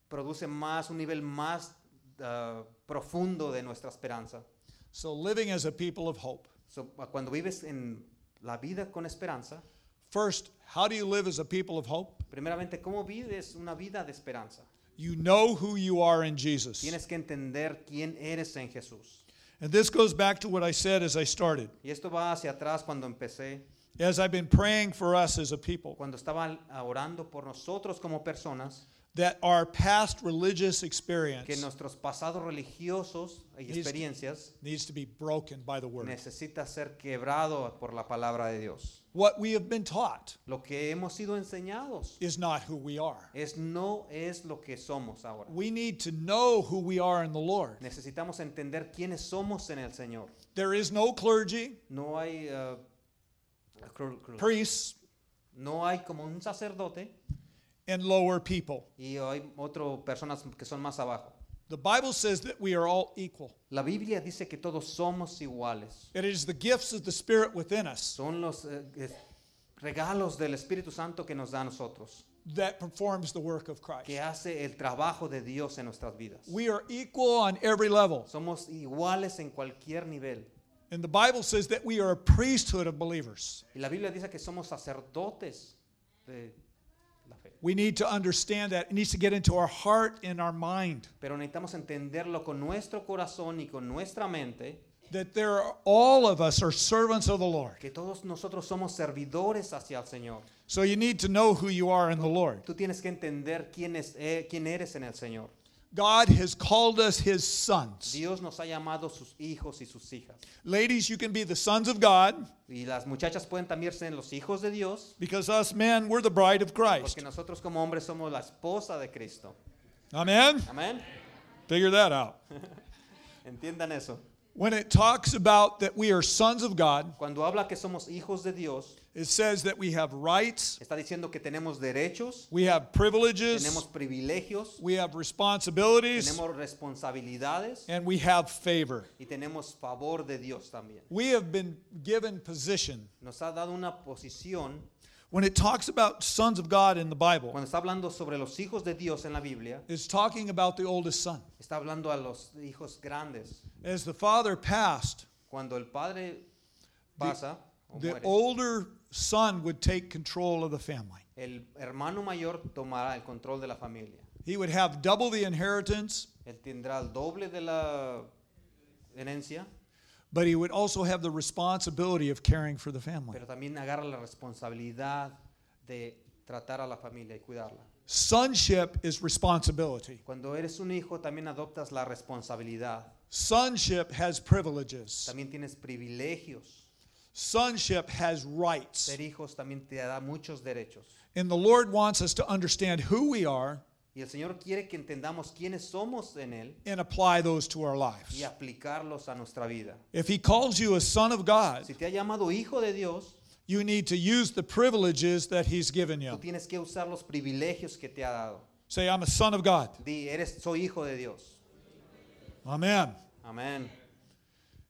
S2: produce más, un nivel más ah, ah, profundo de nuestra esperanza.
S1: So, living as a people of hope.
S2: So, ah, cuando vives en la vida con esperanza,
S1: First, how do you live as a people of hope?
S2: primeramente, ¿cómo vives una vida de esperanza?
S1: You know who you are in Jesus.
S2: Tienes que entender quién eres en Jesús.
S1: And this goes back to what I said as I started.
S2: Y esto va hacia atrás cuando empecé,
S1: As I've been praying for us as a people,
S2: cuando estaba ah, orando por nosotros como personas,
S1: that our past religious
S2: que
S1: experience
S2: nuestros pasados religiosos y
S1: Listo.
S2: experiencias
S1: needs to be broken by the Word.
S2: necesita ser quebrado por la palabra de Dios.
S1: What we have been taught
S2: Lo que hemos sido enseñados
S1: is not who we are.
S2: es no es lo que somos ahora.
S1: We need to know who we are in the Lord.
S2: Necesitamos entender quiénes somos en el Señor.
S1: There is no clergy,
S2: No hay ah, cru- cru-
S1: priests,
S2: no hay como un sacerdote
S1: and lower people.
S2: y hay otro personas que son más abajo.
S1: The Bible says that we are all equal.
S2: La Biblia dice que todos somos iguales.
S1: It is the gifts of the Spirit within us
S2: Son los eh, eh, regalos del Espíritu Santo que nos da a nosotros,
S1: that performs the work of Christ.
S2: que hace el trabajo de Dios en nuestras vidas.
S1: We are equal on every level.
S2: Somos iguales en cualquier nivel.
S1: And the Bible says that we are a priesthood of believers.
S2: Y la Biblia dice que somos sacerdotes de la fe.
S1: We need to understand that. It needs to get into our heart and our mind
S2: Pero necesitamos entenderlo con nuestro corazón y con nuestra mente,
S1: that there are, all of us are servants of the Lord.
S2: que todos nosotros somos servidores hacia el Señor.
S1: So you need to know who you are in the Lord.
S2: Tú tienes que entender quién, es, eh, quién eres en el Señor.
S1: God has called us his sons.
S2: Dios nos ha llamado sus hijos y sus hijas.
S1: Ladies, you can be the sons of God
S2: Y las muchachas pueden también ser los hijos de Dios,
S1: because us men, we're the bride of
S2: porque
S1: Christ.
S2: nosotros como hombres somos la esposa de Cristo.
S1: Amen?
S2: Amén.
S1: Figure that out.
S2: Entiendan eso.
S1: When it talks about that we are sons of God,
S2: Cuando habla que somos hijos de Dios,
S1: it says that we have rights,
S2: está diciendo que tenemos derechos,
S1: we have privileges,
S2: tenemos privilegios,
S1: we have responsibilities,
S2: tenemos responsabilidades
S1: and we have favor.
S2: y tenemos favor de Dios también.
S1: We have been given position.
S2: Nos ha dado una posición.
S1: When it talks about sons of God in the Bible,
S2: Cuando está hablando sobre los hijos de Dios en la Biblia,
S1: it's talking about the oldest son.
S2: está hablando a los hijos grandes.
S1: As the father passed,
S2: Cuando el padre pasa o
S1: the
S2: muere,
S1: older son would take control of the family.
S2: el hermano mayor tomará el control de la familia.
S1: He would have double the inheritance,
S2: Él tendrá el doble de la herencia,
S1: but he would also have the responsibility of caring for the family.
S2: pero también agarra la responsabilidad de tratar a la familia y cuidarla.
S1: Sonship is responsibility.
S2: Cuando eres un hijo también adoptas la responsabilidad,
S1: Sonship has privileges.
S2: también tienes privilegios.
S1: Sonship has rights.
S2: Ser hijos también te da muchos derechos.
S1: And the Lord wants us to understand who we are
S2: Y el Señor quiere que entendamos quiénes somos en Él
S1: and apply those to our lives.
S2: y aplicarlos a nuestra vida.
S1: If he calls you a son of God,
S2: Si te ha llamado hijo de Dios,
S1: you need to use the privileges that he's given
S2: tú
S1: you.
S2: tienes que usar los privilegios que te ha dado.
S1: Say, I'm a son of God.
S2: Di, eres, soy hijo de Dios.
S1: Amen.
S2: Amén.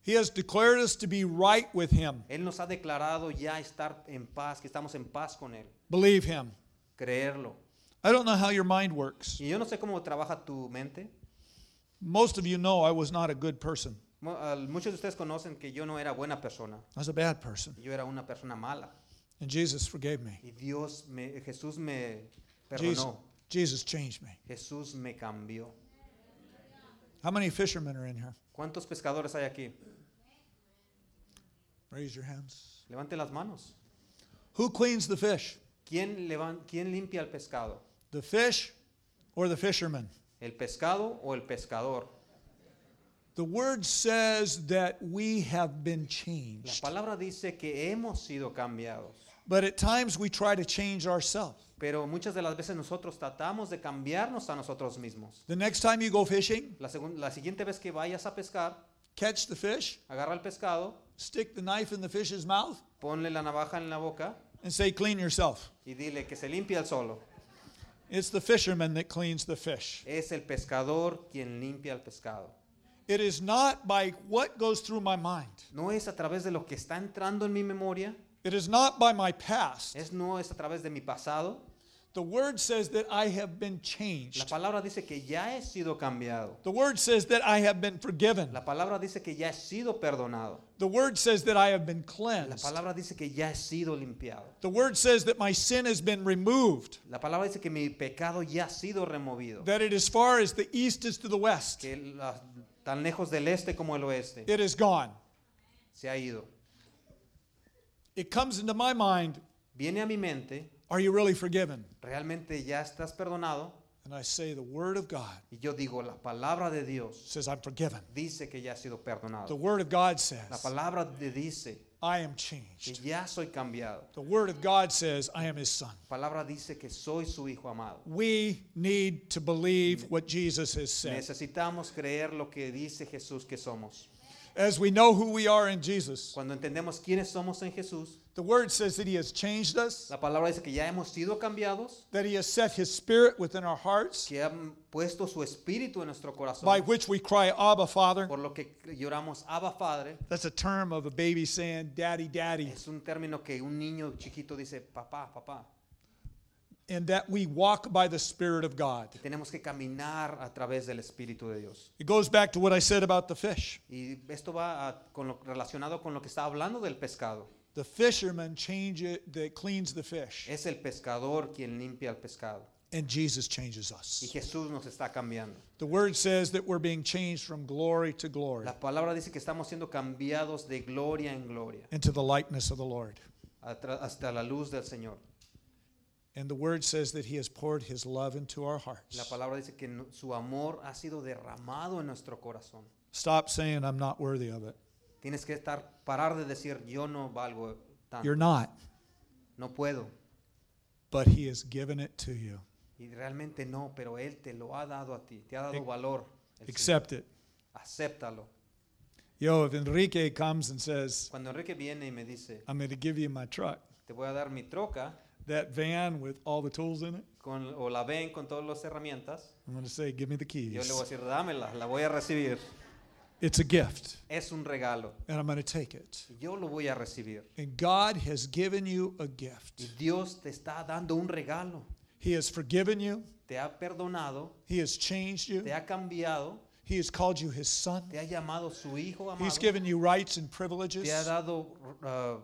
S1: He has declared us to be right with him.
S2: Él nos ha declarado ya estar en paz, que estamos en paz con Él.
S1: Believe him.
S2: Creerlo.
S1: I don't know how your mind works.
S2: Y yo no sé cómo trabaja tu mente.
S1: Most of you know I was not a good person.
S2: Mu- al- Muchos de ustedes conocen que yo no era buena persona.
S1: I was a bad person.
S2: Yo era una persona mala.
S1: And Jesus forgave me.
S2: Y Dios, me, Jesús me
S1: Jesus,
S2: perdonó.
S1: Jesus changed me.
S2: Jesús me cambió.
S1: How many fishermen are in here?
S2: ¿Cuántos pescadores hay aquí?
S1: Raise your hands.
S2: Levanten las manos.
S1: Who cleans the fish?
S2: ¿Quién, levan- ¿Quién limpia el pescado?
S1: The fish or the fisherman?
S2: ¿El pescado o el pescador?
S1: The word says that we have been
S2: La
S1: changed.
S2: palabra dice que hemos sido cambiados,
S1: But at times we try to change ourselves.
S2: pero muchas de las veces nosotros tratamos de cambiarnos a nosotros mismos.
S1: The next time you go fishing,
S2: La, segun- la siguiente vez que vayas a pescar,
S1: catch the fish,
S2: agarra el pescado,
S1: stick the knife in the fish's mouth,
S2: ponle la navaja en la boca
S1: and say, clean yourself.
S2: y dile que se limpie el solo.
S1: It's the fisherman that cleans the fish.
S2: Es el pescador quien limpia el pescado.
S1: It is not by what goes through my mind,
S2: No es a través de lo que está entrando en mi memoria,
S1: it is not by my past
S2: es no es a través de mi pasado,
S1: The word says that I have been
S2: La
S1: changed.
S2: palabra dice que ya he sido cambiado.
S1: The word says that I have been forgiven.
S2: La palabra dice que ya he sido perdonado.
S1: The word says that I have been
S2: La
S1: cleansed.
S2: palabra dice que ya he sido limpiado.
S1: The word says that my sin has been removed,
S2: La palabra dice que mi pecado ya ha sido removido.
S1: that it as far as the east is to the west,
S2: Que la- tan lejos del este como el oeste
S1: it is gone.
S2: se ha ido.
S1: It comes into my mind,
S2: Viene a mi mente,
S1: are you really forgiven?
S2: realmente ya estás perdonado.
S1: And I say the word of God
S2: Y yo digo, la palabra de Dios
S1: says I'm forgiven.
S2: dice que ya he sido
S1: The
S2: perdonado.
S1: word of God
S2: La
S1: says
S2: palabra de dice
S1: I am
S2: que
S1: changed.
S2: ya soy cambiado.
S1: The word of God says I am his son.
S2: La palabra dice que soy su hijo amado.
S1: We need to believe what Jesus has said.
S2: Necesitamos creer lo que dice Jesús que somos.
S1: As we know who we are in Jesus,
S2: Cuando entendemos quiénes somos en Jesús,
S1: the word says that he has changed us,
S2: la palabra dice que ya hemos sido cambiados,
S1: that he has set his spirit within our hearts,
S2: que han puesto su espíritu en nuestro
S1: by
S2: corazón,
S1: which we cry, Abba, Father.
S2: por lo que lloramos Abba Padre.
S1: That's a term of a baby saying, Daddy, Daddy.
S2: Es un término que un niño chiquito dice, papá, papá.
S1: And that we walk by the Spirit of God.
S2: Y tenemos que caminar a través del Espíritu de Dios.
S1: It goes back to what I said about the fish.
S2: Y esto va a- con lo- relacionado con lo que está hablando del pescado.
S1: The fisherman changes, that cleans the fish,
S2: Es el pescador quien limpia el pescado.
S1: and Jesus changes
S2: Y
S1: us.
S2: Jesús nos está cambiando.
S1: The word says that we're being changed from glory to glory
S2: La palabra dice que estamos siendo cambiados de gloria en gloria
S1: into the likeness of the Lord.
S2: atra- hasta la luz del Señor.
S1: And the word says that he has poured his love into our
S2: La
S1: hearts.
S2: palabra dice que no- su amor ha sido derramado en nuestro corazón.
S1: Stop saying, I'm not worthy of it.
S2: Tienes que estar parar de decir yo no valgo tanto,
S1: You're not,
S2: no puedo.
S1: but he has given it to you.
S2: Y realmente no, pero él te lo ha dado a ti, te ha
S1: Ex-
S2: dado valor. el Señor.
S1: Accept it.
S2: Acéptalo.
S1: Yo, if Enrique comes and says,
S2: Cuando Enrique viene y me dice,
S1: I'm going to give you my truck.
S2: te voy a dar mi troca
S1: That van with all the tools in it,
S2: con, o la ven con todas las herramientas,
S1: I'm going to say, give me the
S2: yo
S1: keys.
S2: le voy a decir, dámela, la voy a recibir.
S1: It's a gift,
S2: Es un regalo.
S1: and I'm going to take it.
S2: y Yo lo voy a recibir.
S1: And God has given you a
S2: Y
S1: gift.
S2: Dios te está dando un regalo.
S1: He has forgiven you,
S2: Te ha perdonado,
S1: He has changed you,
S2: te ha cambiado,
S1: He has called you His Son,
S2: te ha llamado su hijo amado.
S1: He's given you rights and
S2: Te ha
S1: privileges,
S2: dado uh,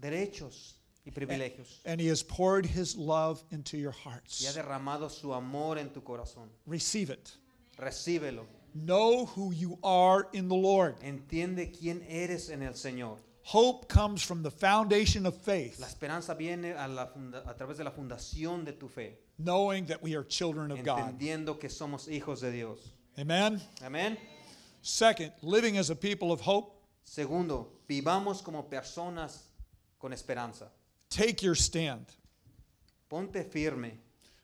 S2: derechos y privilegios.
S1: and He has poured His love into your
S2: Y ha
S1: hearts.
S2: derramado su amor en tu corazón.
S1: Receive it.
S2: Recíbelo.
S1: Know who you are in the Lord.
S2: Entiende quién eres en el Señor.
S1: Hope comes from the foundation of
S2: La
S1: faith,
S2: esperanza viene a, la funda- a través de la fundación de tu fe,
S1: knowing that we are children of Oh, God.
S2: entendiendo que somos hijos de Dios.
S1: Amen.
S2: Amén.
S1: Second, living as a people of hope,
S2: Segundo, vivamos como personas con esperanza.
S1: take your stand.
S2: Ponte firme.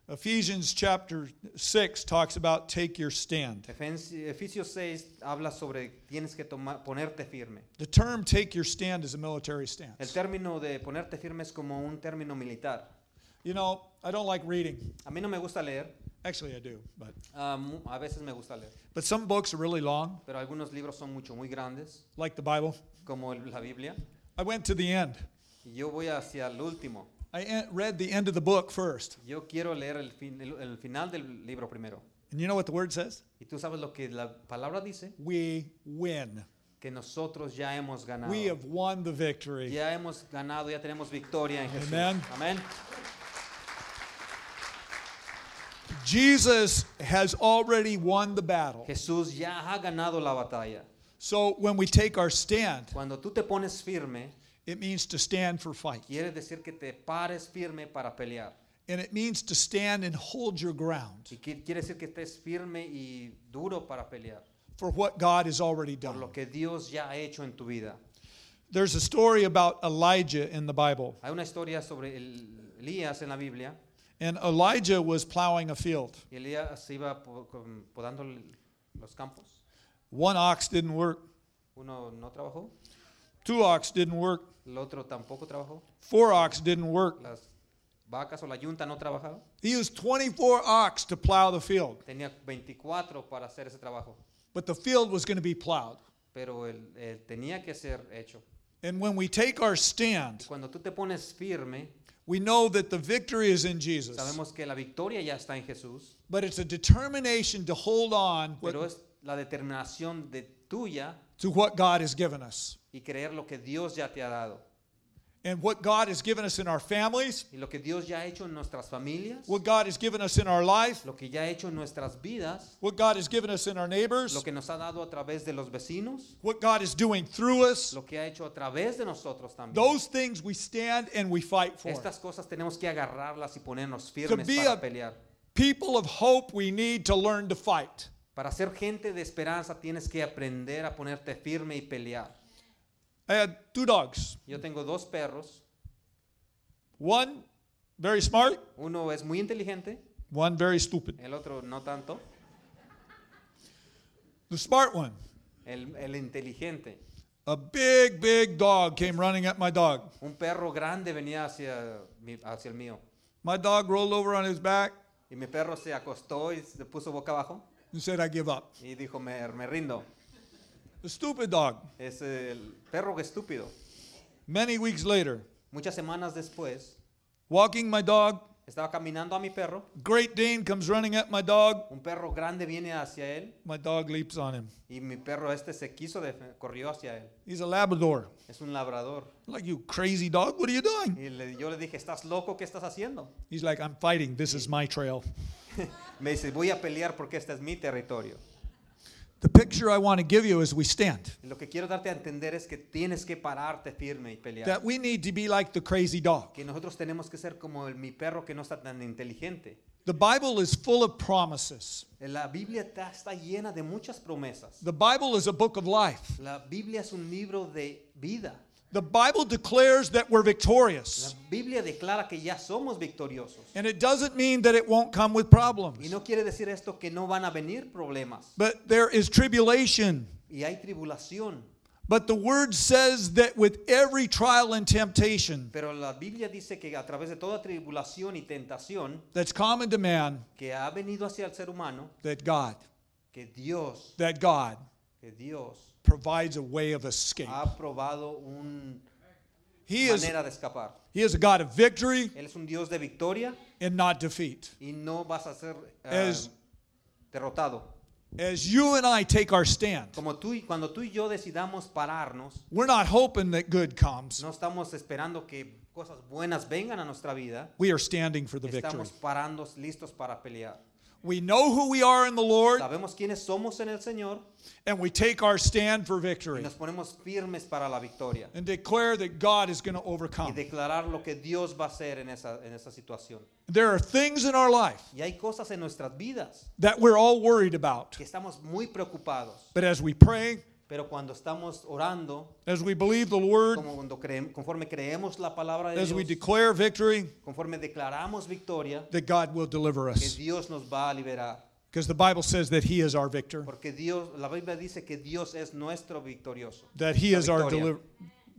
S1: Ephesians chapter 6 talks about take your stand.
S2: Efes- Efesios 6 habla sobre tienes que tomar, ponerte firme.
S1: The term take your stand is a military
S2: El
S1: stance.
S2: término de ponerte firme es como un término militar.
S1: You know, I don't like reading.
S2: A mí no me gusta leer,
S1: Actually, I do, but
S2: ah, mu- a veces me gusta leer,
S1: but some books are really long,
S2: pero algunos libros son mucho, muy grandes,
S1: like the Bible.
S2: como el- la Biblia.
S1: I went to the end.
S2: Y yo voy hacia el último.
S1: I en- read the end of the book first.
S2: Yo quiero leer el, fin- el- el final del libro primero.
S1: And you know what the word says?
S2: Y tú sabes lo que la palabra dice,
S1: We win.
S2: que nosotros ya hemos ganado.
S1: We have won the victory.
S2: Ya hemos ganado, ya tenemos victoria en Jesús.
S1: Amén.
S2: Amén.
S1: Jesus has already won the battle.
S2: Jesús ya ha ganado la batalla.
S1: So when we take our stand,
S2: Cuando tú te pones firme,
S1: it means to stand for fight.
S2: quiere decir que te pares firme para pelear.
S1: And it means to stand and hold your ground
S2: Y qui- quiere decir que estés firme y duro para pelear.
S1: for what God has already
S2: Por
S1: done.
S2: lo que Dios ya ha hecho en tu vida.
S1: There's a story about Elijah in the Bible.
S2: Hay una historia sobre el- Elías en la Biblia.
S1: And Elijah was plowing a field.
S2: Y Elías se iba po- con- podando el- los campos.
S1: One ox didn't work,
S2: Uno no trabajó,
S1: two ox didn't work,
S2: el otro tampoco trabajó.
S1: four ox didn't work.
S2: Las vacas o la yunta no trabajaron.
S1: He used 24 ox to plow the field,
S2: Tenía 24 para hacer ese trabajo,
S1: but the field was going to be plowed.
S2: pero él, él tenía que ser hecho.
S1: And when we take our
S2: Y
S1: stand,
S2: cuando tú te pones firme,
S1: We know that the victory is in Jesus,
S2: Sabemos que la victoria ya está en Jesús,
S1: but it's a determination to hold on what-
S2: pero es la determinación de tuya
S1: to what God has given us.
S2: y creer lo que Dios ya te ha dado
S1: And what God has given us in our families,
S2: y lo que Dios ya ha hecho en nuestras familias,
S1: what God has given us in our life,
S2: lo que ya ha hecho en nuestras vidas,
S1: what God has given us in our neighbors,
S2: lo que nos ha dado a través de los vecinos,
S1: what God is doing through us.
S2: lo que ha hecho a través de nosotros también.
S1: Those things we stand and we fight for.
S2: Estas cosas tenemos que agarrarlas y ponernos firmes
S1: be
S2: para
S1: a-
S2: pelear.
S1: People of hope, we need to learn to fight.
S2: Para ser gente de esperanza tienes que aprender a ponerte firme y pelear.
S1: I had two dogs.
S2: Yo tengo dos perros.
S1: One very smart,
S2: Uno es muy inteligente,
S1: one very stupid.
S2: el otro no tanto.
S1: The smart one,
S2: El, el inteligente.
S1: a big, big dog came running at my dog.
S2: Un perro grande venía hacia, mi- hacia el mío.
S1: My dog rolled over on his back
S2: Y mi perro se acostó y se puso boca abajo
S1: and said, I give up.
S2: y dijo, me, me rindo.
S1: The stupid dog,
S2: Es el perro estúpido.
S1: many weeks later,
S2: Muchas semanas después,
S1: walking my dog,
S2: estaba caminando a mi perro.
S1: Great Dane comes running at my dog.
S2: Un perro grande viene hacia él
S1: My dog leaps on him.
S2: y mi perro este se quiso, def- corrió hacia él.
S1: He's a Labrador.
S2: Es un labrador.
S1: like, you crazy dog, what are you doing?
S2: Y le- yo le dije, ¿estás loco? ¿Qué estás haciendo?
S1: He's like, I'm fighting. This is my trail.
S2: Me dice, voy a pelear porque este es mi territorio.
S1: The picture I want to give you is we stand.
S2: Y Lo que quiero darte a entender es que tienes que pararte firme y pelear.
S1: That we need to be like the crazy dog.
S2: que nosotros tenemos que ser como el, mi perro que no está tan inteligente.
S1: The Bible is full of promises.
S2: La Biblia está, está llena de muchas promesas.
S1: The Bible is a book of life.
S2: La Biblia es un libro de vida.
S1: The Bible declares that we're
S2: La
S1: victorious.
S2: Biblia declara que ya somos victoriosos.
S1: And it doesn't mean that it won't come with
S2: Y
S1: problems.
S2: no quiere decir esto que no van a venir problemas.
S1: But there is tribulation.
S2: Y hay tribulación.
S1: But the word says that with every trial and temptation
S2: Pero la Biblia dice que a través de toda tribulación y tentación
S1: that's common to man,
S2: que ha venido hacia el ser humano,
S1: that God,
S2: que Dios,
S1: that God
S2: que Dios
S1: provides a way of escape.
S2: ha probado una
S1: He is,
S2: Ah, manera de escapar.
S1: he is a God of victory
S2: Él es un Dios de victoria
S1: and not defeat.
S2: y no vas a ser eh,
S1: Es-
S2: derrotado.
S1: As you and I take our stand,
S2: Como tú y cuando tú y yo decidamos pararnos,
S1: we're not hoping that good comes.
S2: no estamos esperando que cosas buenas vengan a nuestra vida.
S1: We are standing for the victory.
S2: Estamos parando listos para pelear.
S1: We know who we are in the Lord
S2: Sabemos quiénes somos en el Señor
S1: and we take our stand for
S2: y
S1: victory
S2: nos ponemos firmes para la victoria
S1: and declare that God is going to
S2: y
S1: overcome.
S2: declarar lo que Dios va a hacer en esa, en esa situación.
S1: There are things in our life
S2: Y hay cosas en nuestras vidas
S1: that we're all worried about.
S2: que estamos muy preocupados,
S1: But as we pray,
S2: pero cuando estamos orando,
S1: as we believe the word,
S2: como cuando creem- conforme creemos la palabra de
S1: as we
S2: Dios,
S1: declare victory,
S2: conforme declaramos victoria,
S1: that God will deliver
S2: que
S1: us.
S2: Dios nos va a liberar.
S1: Because the Bible says that He is our victor,
S2: Porque Dios, la Biblia dice que Dios es nuestro victorioso.
S1: that He
S2: nuestra
S1: is our
S2: victoria.
S1: deliver,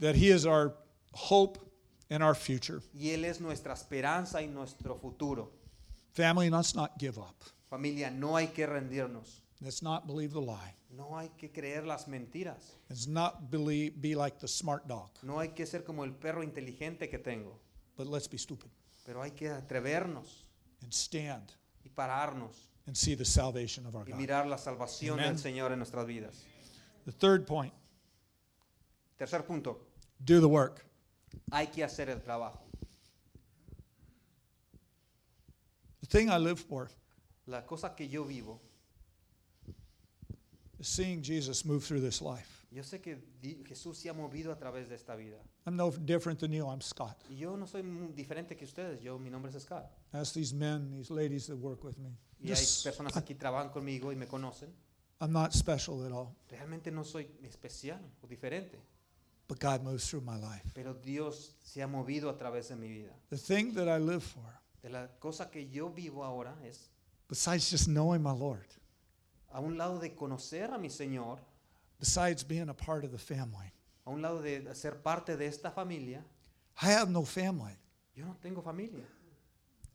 S1: that He is our hope and our future.
S2: Y Él es nuestra esperanza y nuestro futuro.
S1: Family, let's not give up.
S2: Familia, no hay que rendirnos.
S1: Let's not believe the lie.
S2: No hay que creer las mentiras.
S1: Let's not believe, be like the smart dog,
S2: No hay que ser como el perro inteligente que tengo.
S1: but let's be stupid
S2: Pero hay que atrevernos
S1: and stand
S2: y pararnos
S1: and see the salvation of our
S2: y
S1: God.
S2: mirar la salvación
S1: Amen.
S2: del Señor en nuestras vidas.
S1: The third point
S2: Tercer punto,
S1: do the work.
S2: hay que hacer el trabajo.
S1: The thing I live for
S2: La cosa que yo vivo,
S1: is seeing Jesus move through this life.
S2: yo sé que di- Jesús se ha movido a través de esta vida.
S1: I'm no different than you. I'm Scott.
S2: Y yo no soy muy diferente que ustedes. Yo, mi nombre es Scott.
S1: Ask these men, these ladies that work with me.
S2: Y hay
S1: Just,
S2: personas aquí que trabajan conmigo y me conocen.
S1: I'm not special at all,
S2: Realmente no soy especial o diferente,
S1: but God moves through my life.
S2: pero Dios se ha movido a través de mi vida.
S1: The thing that I live for,
S2: De la cosa que yo vivo ahora es,
S1: besides just knowing my Lord,
S2: a un lado de conocer a mi Señor,
S1: besides being a part of the family,
S2: a un lado de ser parte de esta familia,
S1: I have no family,
S2: yo no tengo familia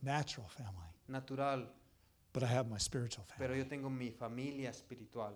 S1: natural family,
S2: natural,
S1: but I have my spiritual family.
S2: pero yo tengo mi familia espiritual,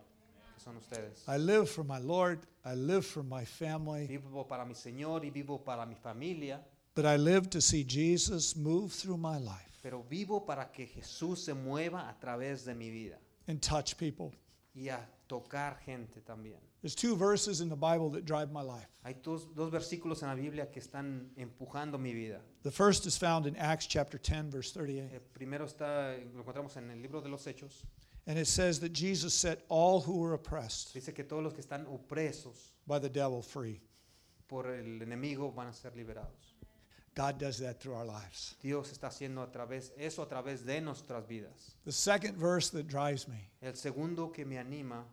S2: que son ustedes.
S1: I live for my Lord. I live for my family,
S2: Vivo para mi Señor y vivo para mi familia,
S1: but I live to see Jesus move through my life
S2: pero vivo para que Jesús se mueva a través de mi vida
S1: and touch people.
S2: y a tocar gente también.
S1: There's two verses in the Bible that drive my life.
S2: Hay dos, dos versículos en la Biblia que están empujando mi vida.
S1: The first is found in Acts chapter 10, verse 38.
S2: El primero está, lo encontramos en el libro de los Hechos.
S1: And it says that Jesus set all who were oppressed
S2: Dice que todos los que están opresos
S1: by the devil free.
S2: por el enemigo van a ser liberados.
S1: God does that through our lives.
S2: Dios está haciendo a través, eso a través de nuestras vidas.
S1: The second verse that drives me
S2: El segundo que me anima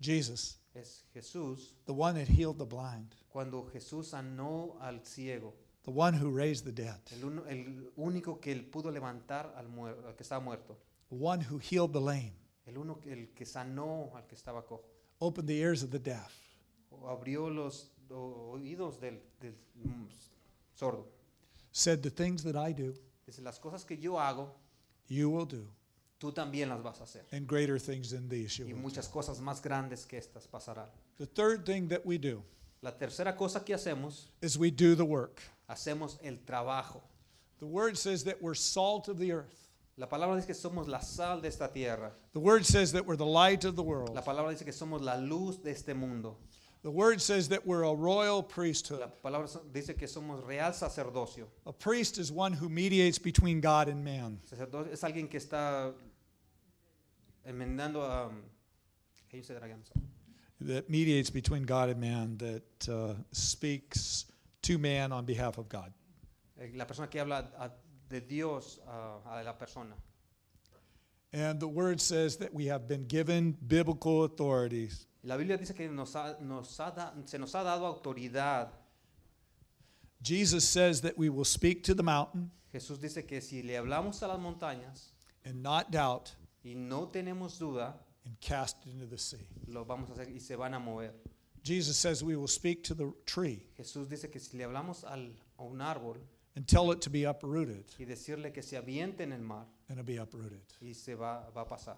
S1: Jesus,
S2: es Jesús,
S1: the one that healed the blind,
S2: cuando Jesús sanó al ciego,
S1: the one who raised the dead,
S2: el, uno- el único que él pudo levantar al, muer- al que estaba muerto,
S1: the one who healed the lame,
S2: el, uno, que- el que sanó al que estaba cojo,
S1: opened the ears of the deaf,
S2: o abrió los o- oídos del, del, mm, sordo.
S1: said, The things that I do,
S2: Dice, las cosas que yo hago,
S1: you will do,
S2: tú también las vas a hacer.
S1: and greater things than these you
S2: Y
S1: will do.
S2: muchas cosas más grandes que estas pasarán.
S1: The third thing that we do
S2: La tercera cosa que hacemos,
S1: is we do the work.
S2: hacemos el trabajo.
S1: The word says that we're salt of the earth.
S2: La palabra dice que somos la sal de esta tierra.
S1: The word says that we're the light of the world.
S2: La palabra dice que somos la luz de este mundo.
S1: The word says that we're a royal priesthood.
S2: La palabra so- dice que somos real sacerdocio.
S1: A priest is one who mediates between God and man.
S2: Sacerdocio es alguien que está enmendando a... how you say that again? Sorry.
S1: that mediates between God and man, that uh, speaks to man on behalf of God.
S2: Eh, La persona que habla a- de Dios a, a la persona.
S1: And the word says that we have been given biblical authorities.
S2: La Biblia dice que nos ha- nos ha da- se nos ha dado autoridad.
S1: Jesus says that we will speak to the mountain
S2: Jesús dice que si le hablamos a las montañas
S1: and not doubt
S2: y no tenemos duda,
S1: and cast it into the sea.
S2: lo vamos a hacer y se van a mover.
S1: Jesus says we will speak to the tree
S2: Jesús dice que si le hablamos al, a un árbol
S1: and tell it to be uprooted,
S2: y decirle que se aviente en el mar
S1: and it'll be uprooted.
S2: y se va, va a pasar.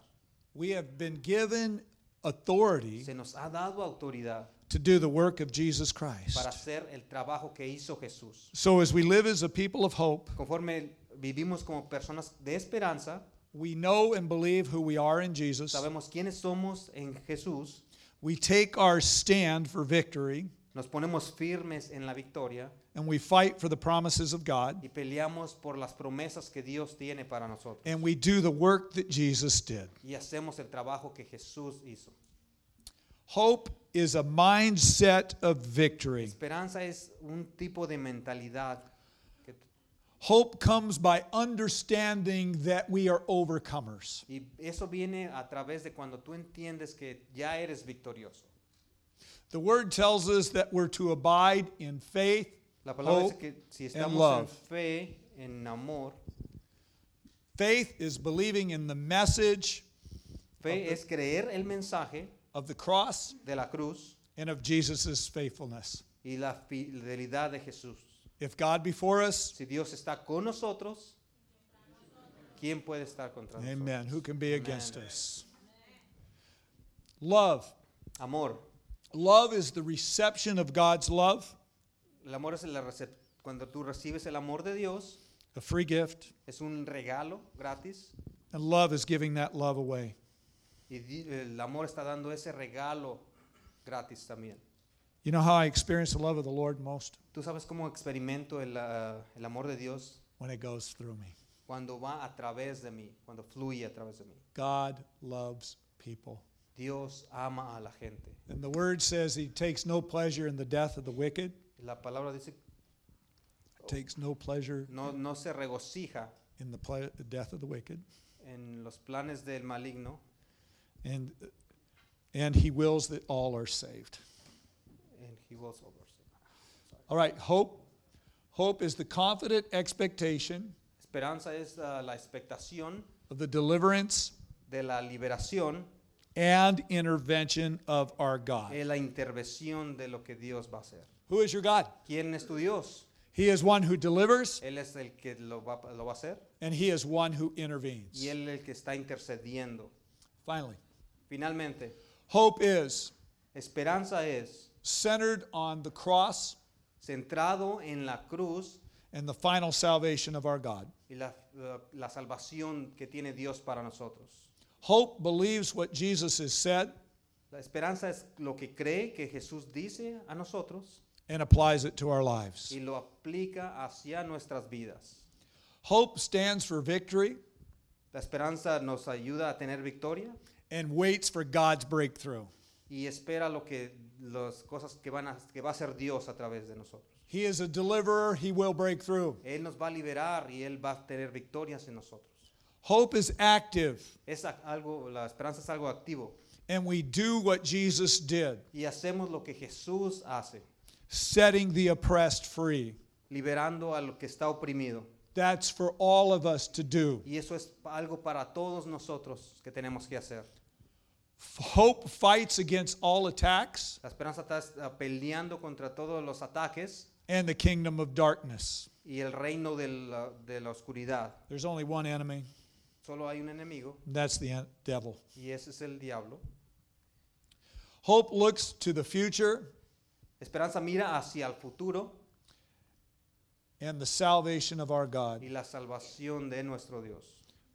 S1: We have been given authority
S2: Se nos ha dado autoridad
S1: to do the work of Jesus Christ.
S2: para hacer el trabajo que hizo Jesús.
S1: So as we live as a people of hope,
S2: Conforme vivimos como personas de esperanza,
S1: we know and believe who we are in Jesus.
S2: sabemos quiénes somos en Jesús,
S1: We take our stand for victory
S2: nos ponemos firmes en la victoria
S1: and we fight for the promises of God
S2: y peleamos por las promesas que Dios tiene para nosotros
S1: and we do the work that Jesus did.
S2: y hacemos el trabajo que Jesús hizo.
S1: Hope is a mindset of victory.
S2: Esperanza es un tipo de mentalidad que
S1: Hope comes by understanding that we are overcomers.
S2: Y eso viene a través de cuando tú entiendes que ya eres victorioso.
S1: The word tells us that we're to abide in faith,
S2: La palabra
S1: hope,
S2: dice que si
S1: and
S2: estamos en
S1: love.
S2: fe, en amor,
S1: Faith is believing in the message
S2: fe es creer el mensaje
S1: of the cross
S2: de la cruz
S1: and of Jesus' faithfulness.
S2: y la fidelidad de Jesús.
S1: If God be for us,
S2: Si Dios está con nosotros, ¿quién puede estar contra nosotros?
S1: amen. Who can be
S2: Amen.
S1: against us? Love.
S2: Amor.
S1: Love is the reception of God's love,
S2: El amor es la recep- cuando tú recibes el amor de Dios,
S1: a free gift,
S2: es un regalo gratis
S1: and love is giving that love away.
S2: y di- el amor está dando ese regalo gratis también.
S1: You know how I experience the love of the Lord most?
S2: Tú sabes cómo experimento el, ah, el amor de Dios
S1: When it goes through me.
S2: cuando va a través de mí, cuando fluye a través de mí.
S1: God loves people.
S2: Dios ama a la gente.
S1: And the word says he takes no pleasure in the death of the wicked,
S2: La palabra dice,
S1: takes no pleasure
S2: no, no se regocija
S1: in the ple- the death of the wicked,
S2: en los planes del maligno
S1: and, and he wills that all are saved.
S2: en He was over.
S1: All right, hope. Hope is the confident expectation
S2: Esperanza es ah, la expectación
S1: of the deliverance
S2: de la liberación
S1: and intervention of our
S2: es
S1: God.
S2: eh, la intervención de lo que Dios va a hacer.
S1: Who is your God?
S2: ¿Quién es tu Dios?
S1: He is one who delivers
S2: Él es el que lo va, lo va a hacer
S1: and he is one who intervenes.
S2: y Él es el que está intercediendo.
S1: Finally,
S2: Finalmente,
S1: hope is
S2: esperanza es
S1: centered on the cross
S2: centrado en la cruz
S1: and the final salvation of our God.
S2: y la, la- la salvación que tiene Dios para nosotros.
S1: Hope believes what Jesus has said
S2: La esperanza es lo que cree que Jesús dice a nosotros
S1: and applies it to our lives.
S2: y lo aplica hacia nuestras vidas.
S1: Hope stands for victory
S2: La esperanza nos ayuda a tener victoria
S1: and waits for God's breakthrough.
S2: y espera lo que las cosas que van a, que va a hacer Dios a través de nosotros.
S1: He is a deliverer, he will break through.
S2: Él nos va a liberar y él va a tener victorias en nosotros.
S1: Hope is active,
S2: Es a- algo, la esperanza es algo activo
S1: and we do what Jesus did,
S2: y hacemos lo que Jesús hace,
S1: setting the oppressed free.
S2: liberando al que está oprimido.
S1: That's for all of us to do.
S2: Y eso es pa- algo para todos nosotros que tenemos que hacer.
S1: F- Hope fights against all attacks
S2: La esperanza está ah, peleando contra todos los ataques
S1: and the kingdom of darkness.
S2: y el reino de la, de la oscuridad.
S1: There's only one enemy,
S2: Solo hay un enemigo
S1: and that's the en- devil.
S2: y ese es el diablo.
S1: Hope looks to the future
S2: Esperanza mira hacia el futuro
S1: and the salvation of our God.
S2: y la salvación de nuestro Dios.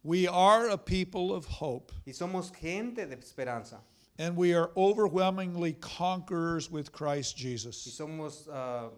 S1: We are a people of hope,
S2: Y somos gente de esperanza
S1: and we are overwhelmingly conquerors with Christ
S2: y
S1: Jesus.
S2: somos ah,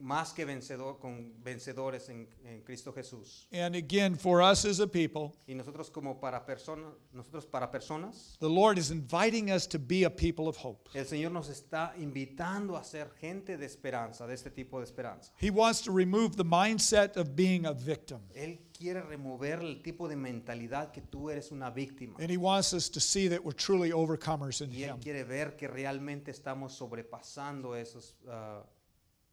S2: más que vencedor, con vencedores en, en Cristo Jesús.
S1: And again, for us as a people,
S2: Y nosotros como para personas, nosotros para personas,
S1: the Lord is inviting us to be a people of hope.
S2: el Señor nos está invitando a ser gente de esperanza, de este tipo de esperanza.
S1: He wants to remove the mindset of being a victim,
S2: Él quiere remover el tipo de mentalidad que tú eres una víctima.
S1: and He wants us to see that we're truly overcomers in
S2: Y Él
S1: Him.
S2: quiere ver que realmente estamos sobrepasando esos ah,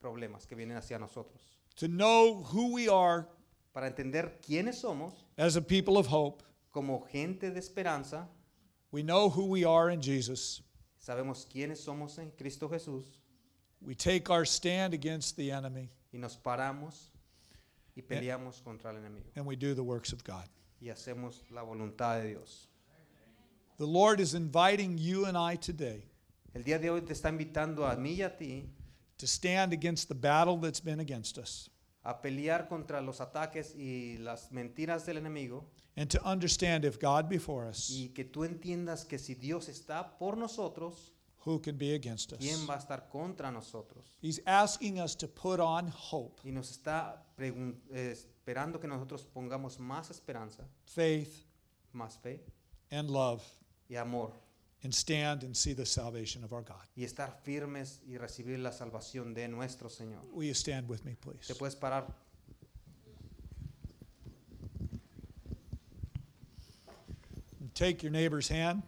S2: problemas que vienen hacia nosotros.
S1: To know who we are
S2: Para entender quiénes somos
S1: as a people of hope,
S2: como gente de esperanza,
S1: we know who we are in Jesus.
S2: sabemos quiénes somos en Cristo Jesús
S1: We take our stand against the enemy,
S2: y nos paramos y peleamos contra el enemigo
S1: and we do the works of God.
S2: y hacemos la voluntad de Dios.
S1: The Lord is inviting you and I today
S2: El día de hoy te está invitando a mí y a ti
S1: to stand against the battle that's been against us
S2: a pelear contra los ataques y las mentiras del enemigo
S1: and to understand if God be for us,
S2: y que tú entiendas que si Dios está por nosotros,
S1: who can be against us?
S2: ¿quién va a estar contra nosotros?
S1: He's asking us to put on hope,
S2: Y nos está pregun- eh, esperando que nosotros pongamos más esperanza,
S1: faith,
S2: más fe
S1: and love
S2: y amor
S1: and stand and see the salvation of our God.
S2: y estar firmes y recibir la salvación de nuestro Señor.
S1: Will you stand with me, please?
S2: Te puedes parar.
S1: And take your neighbor's hand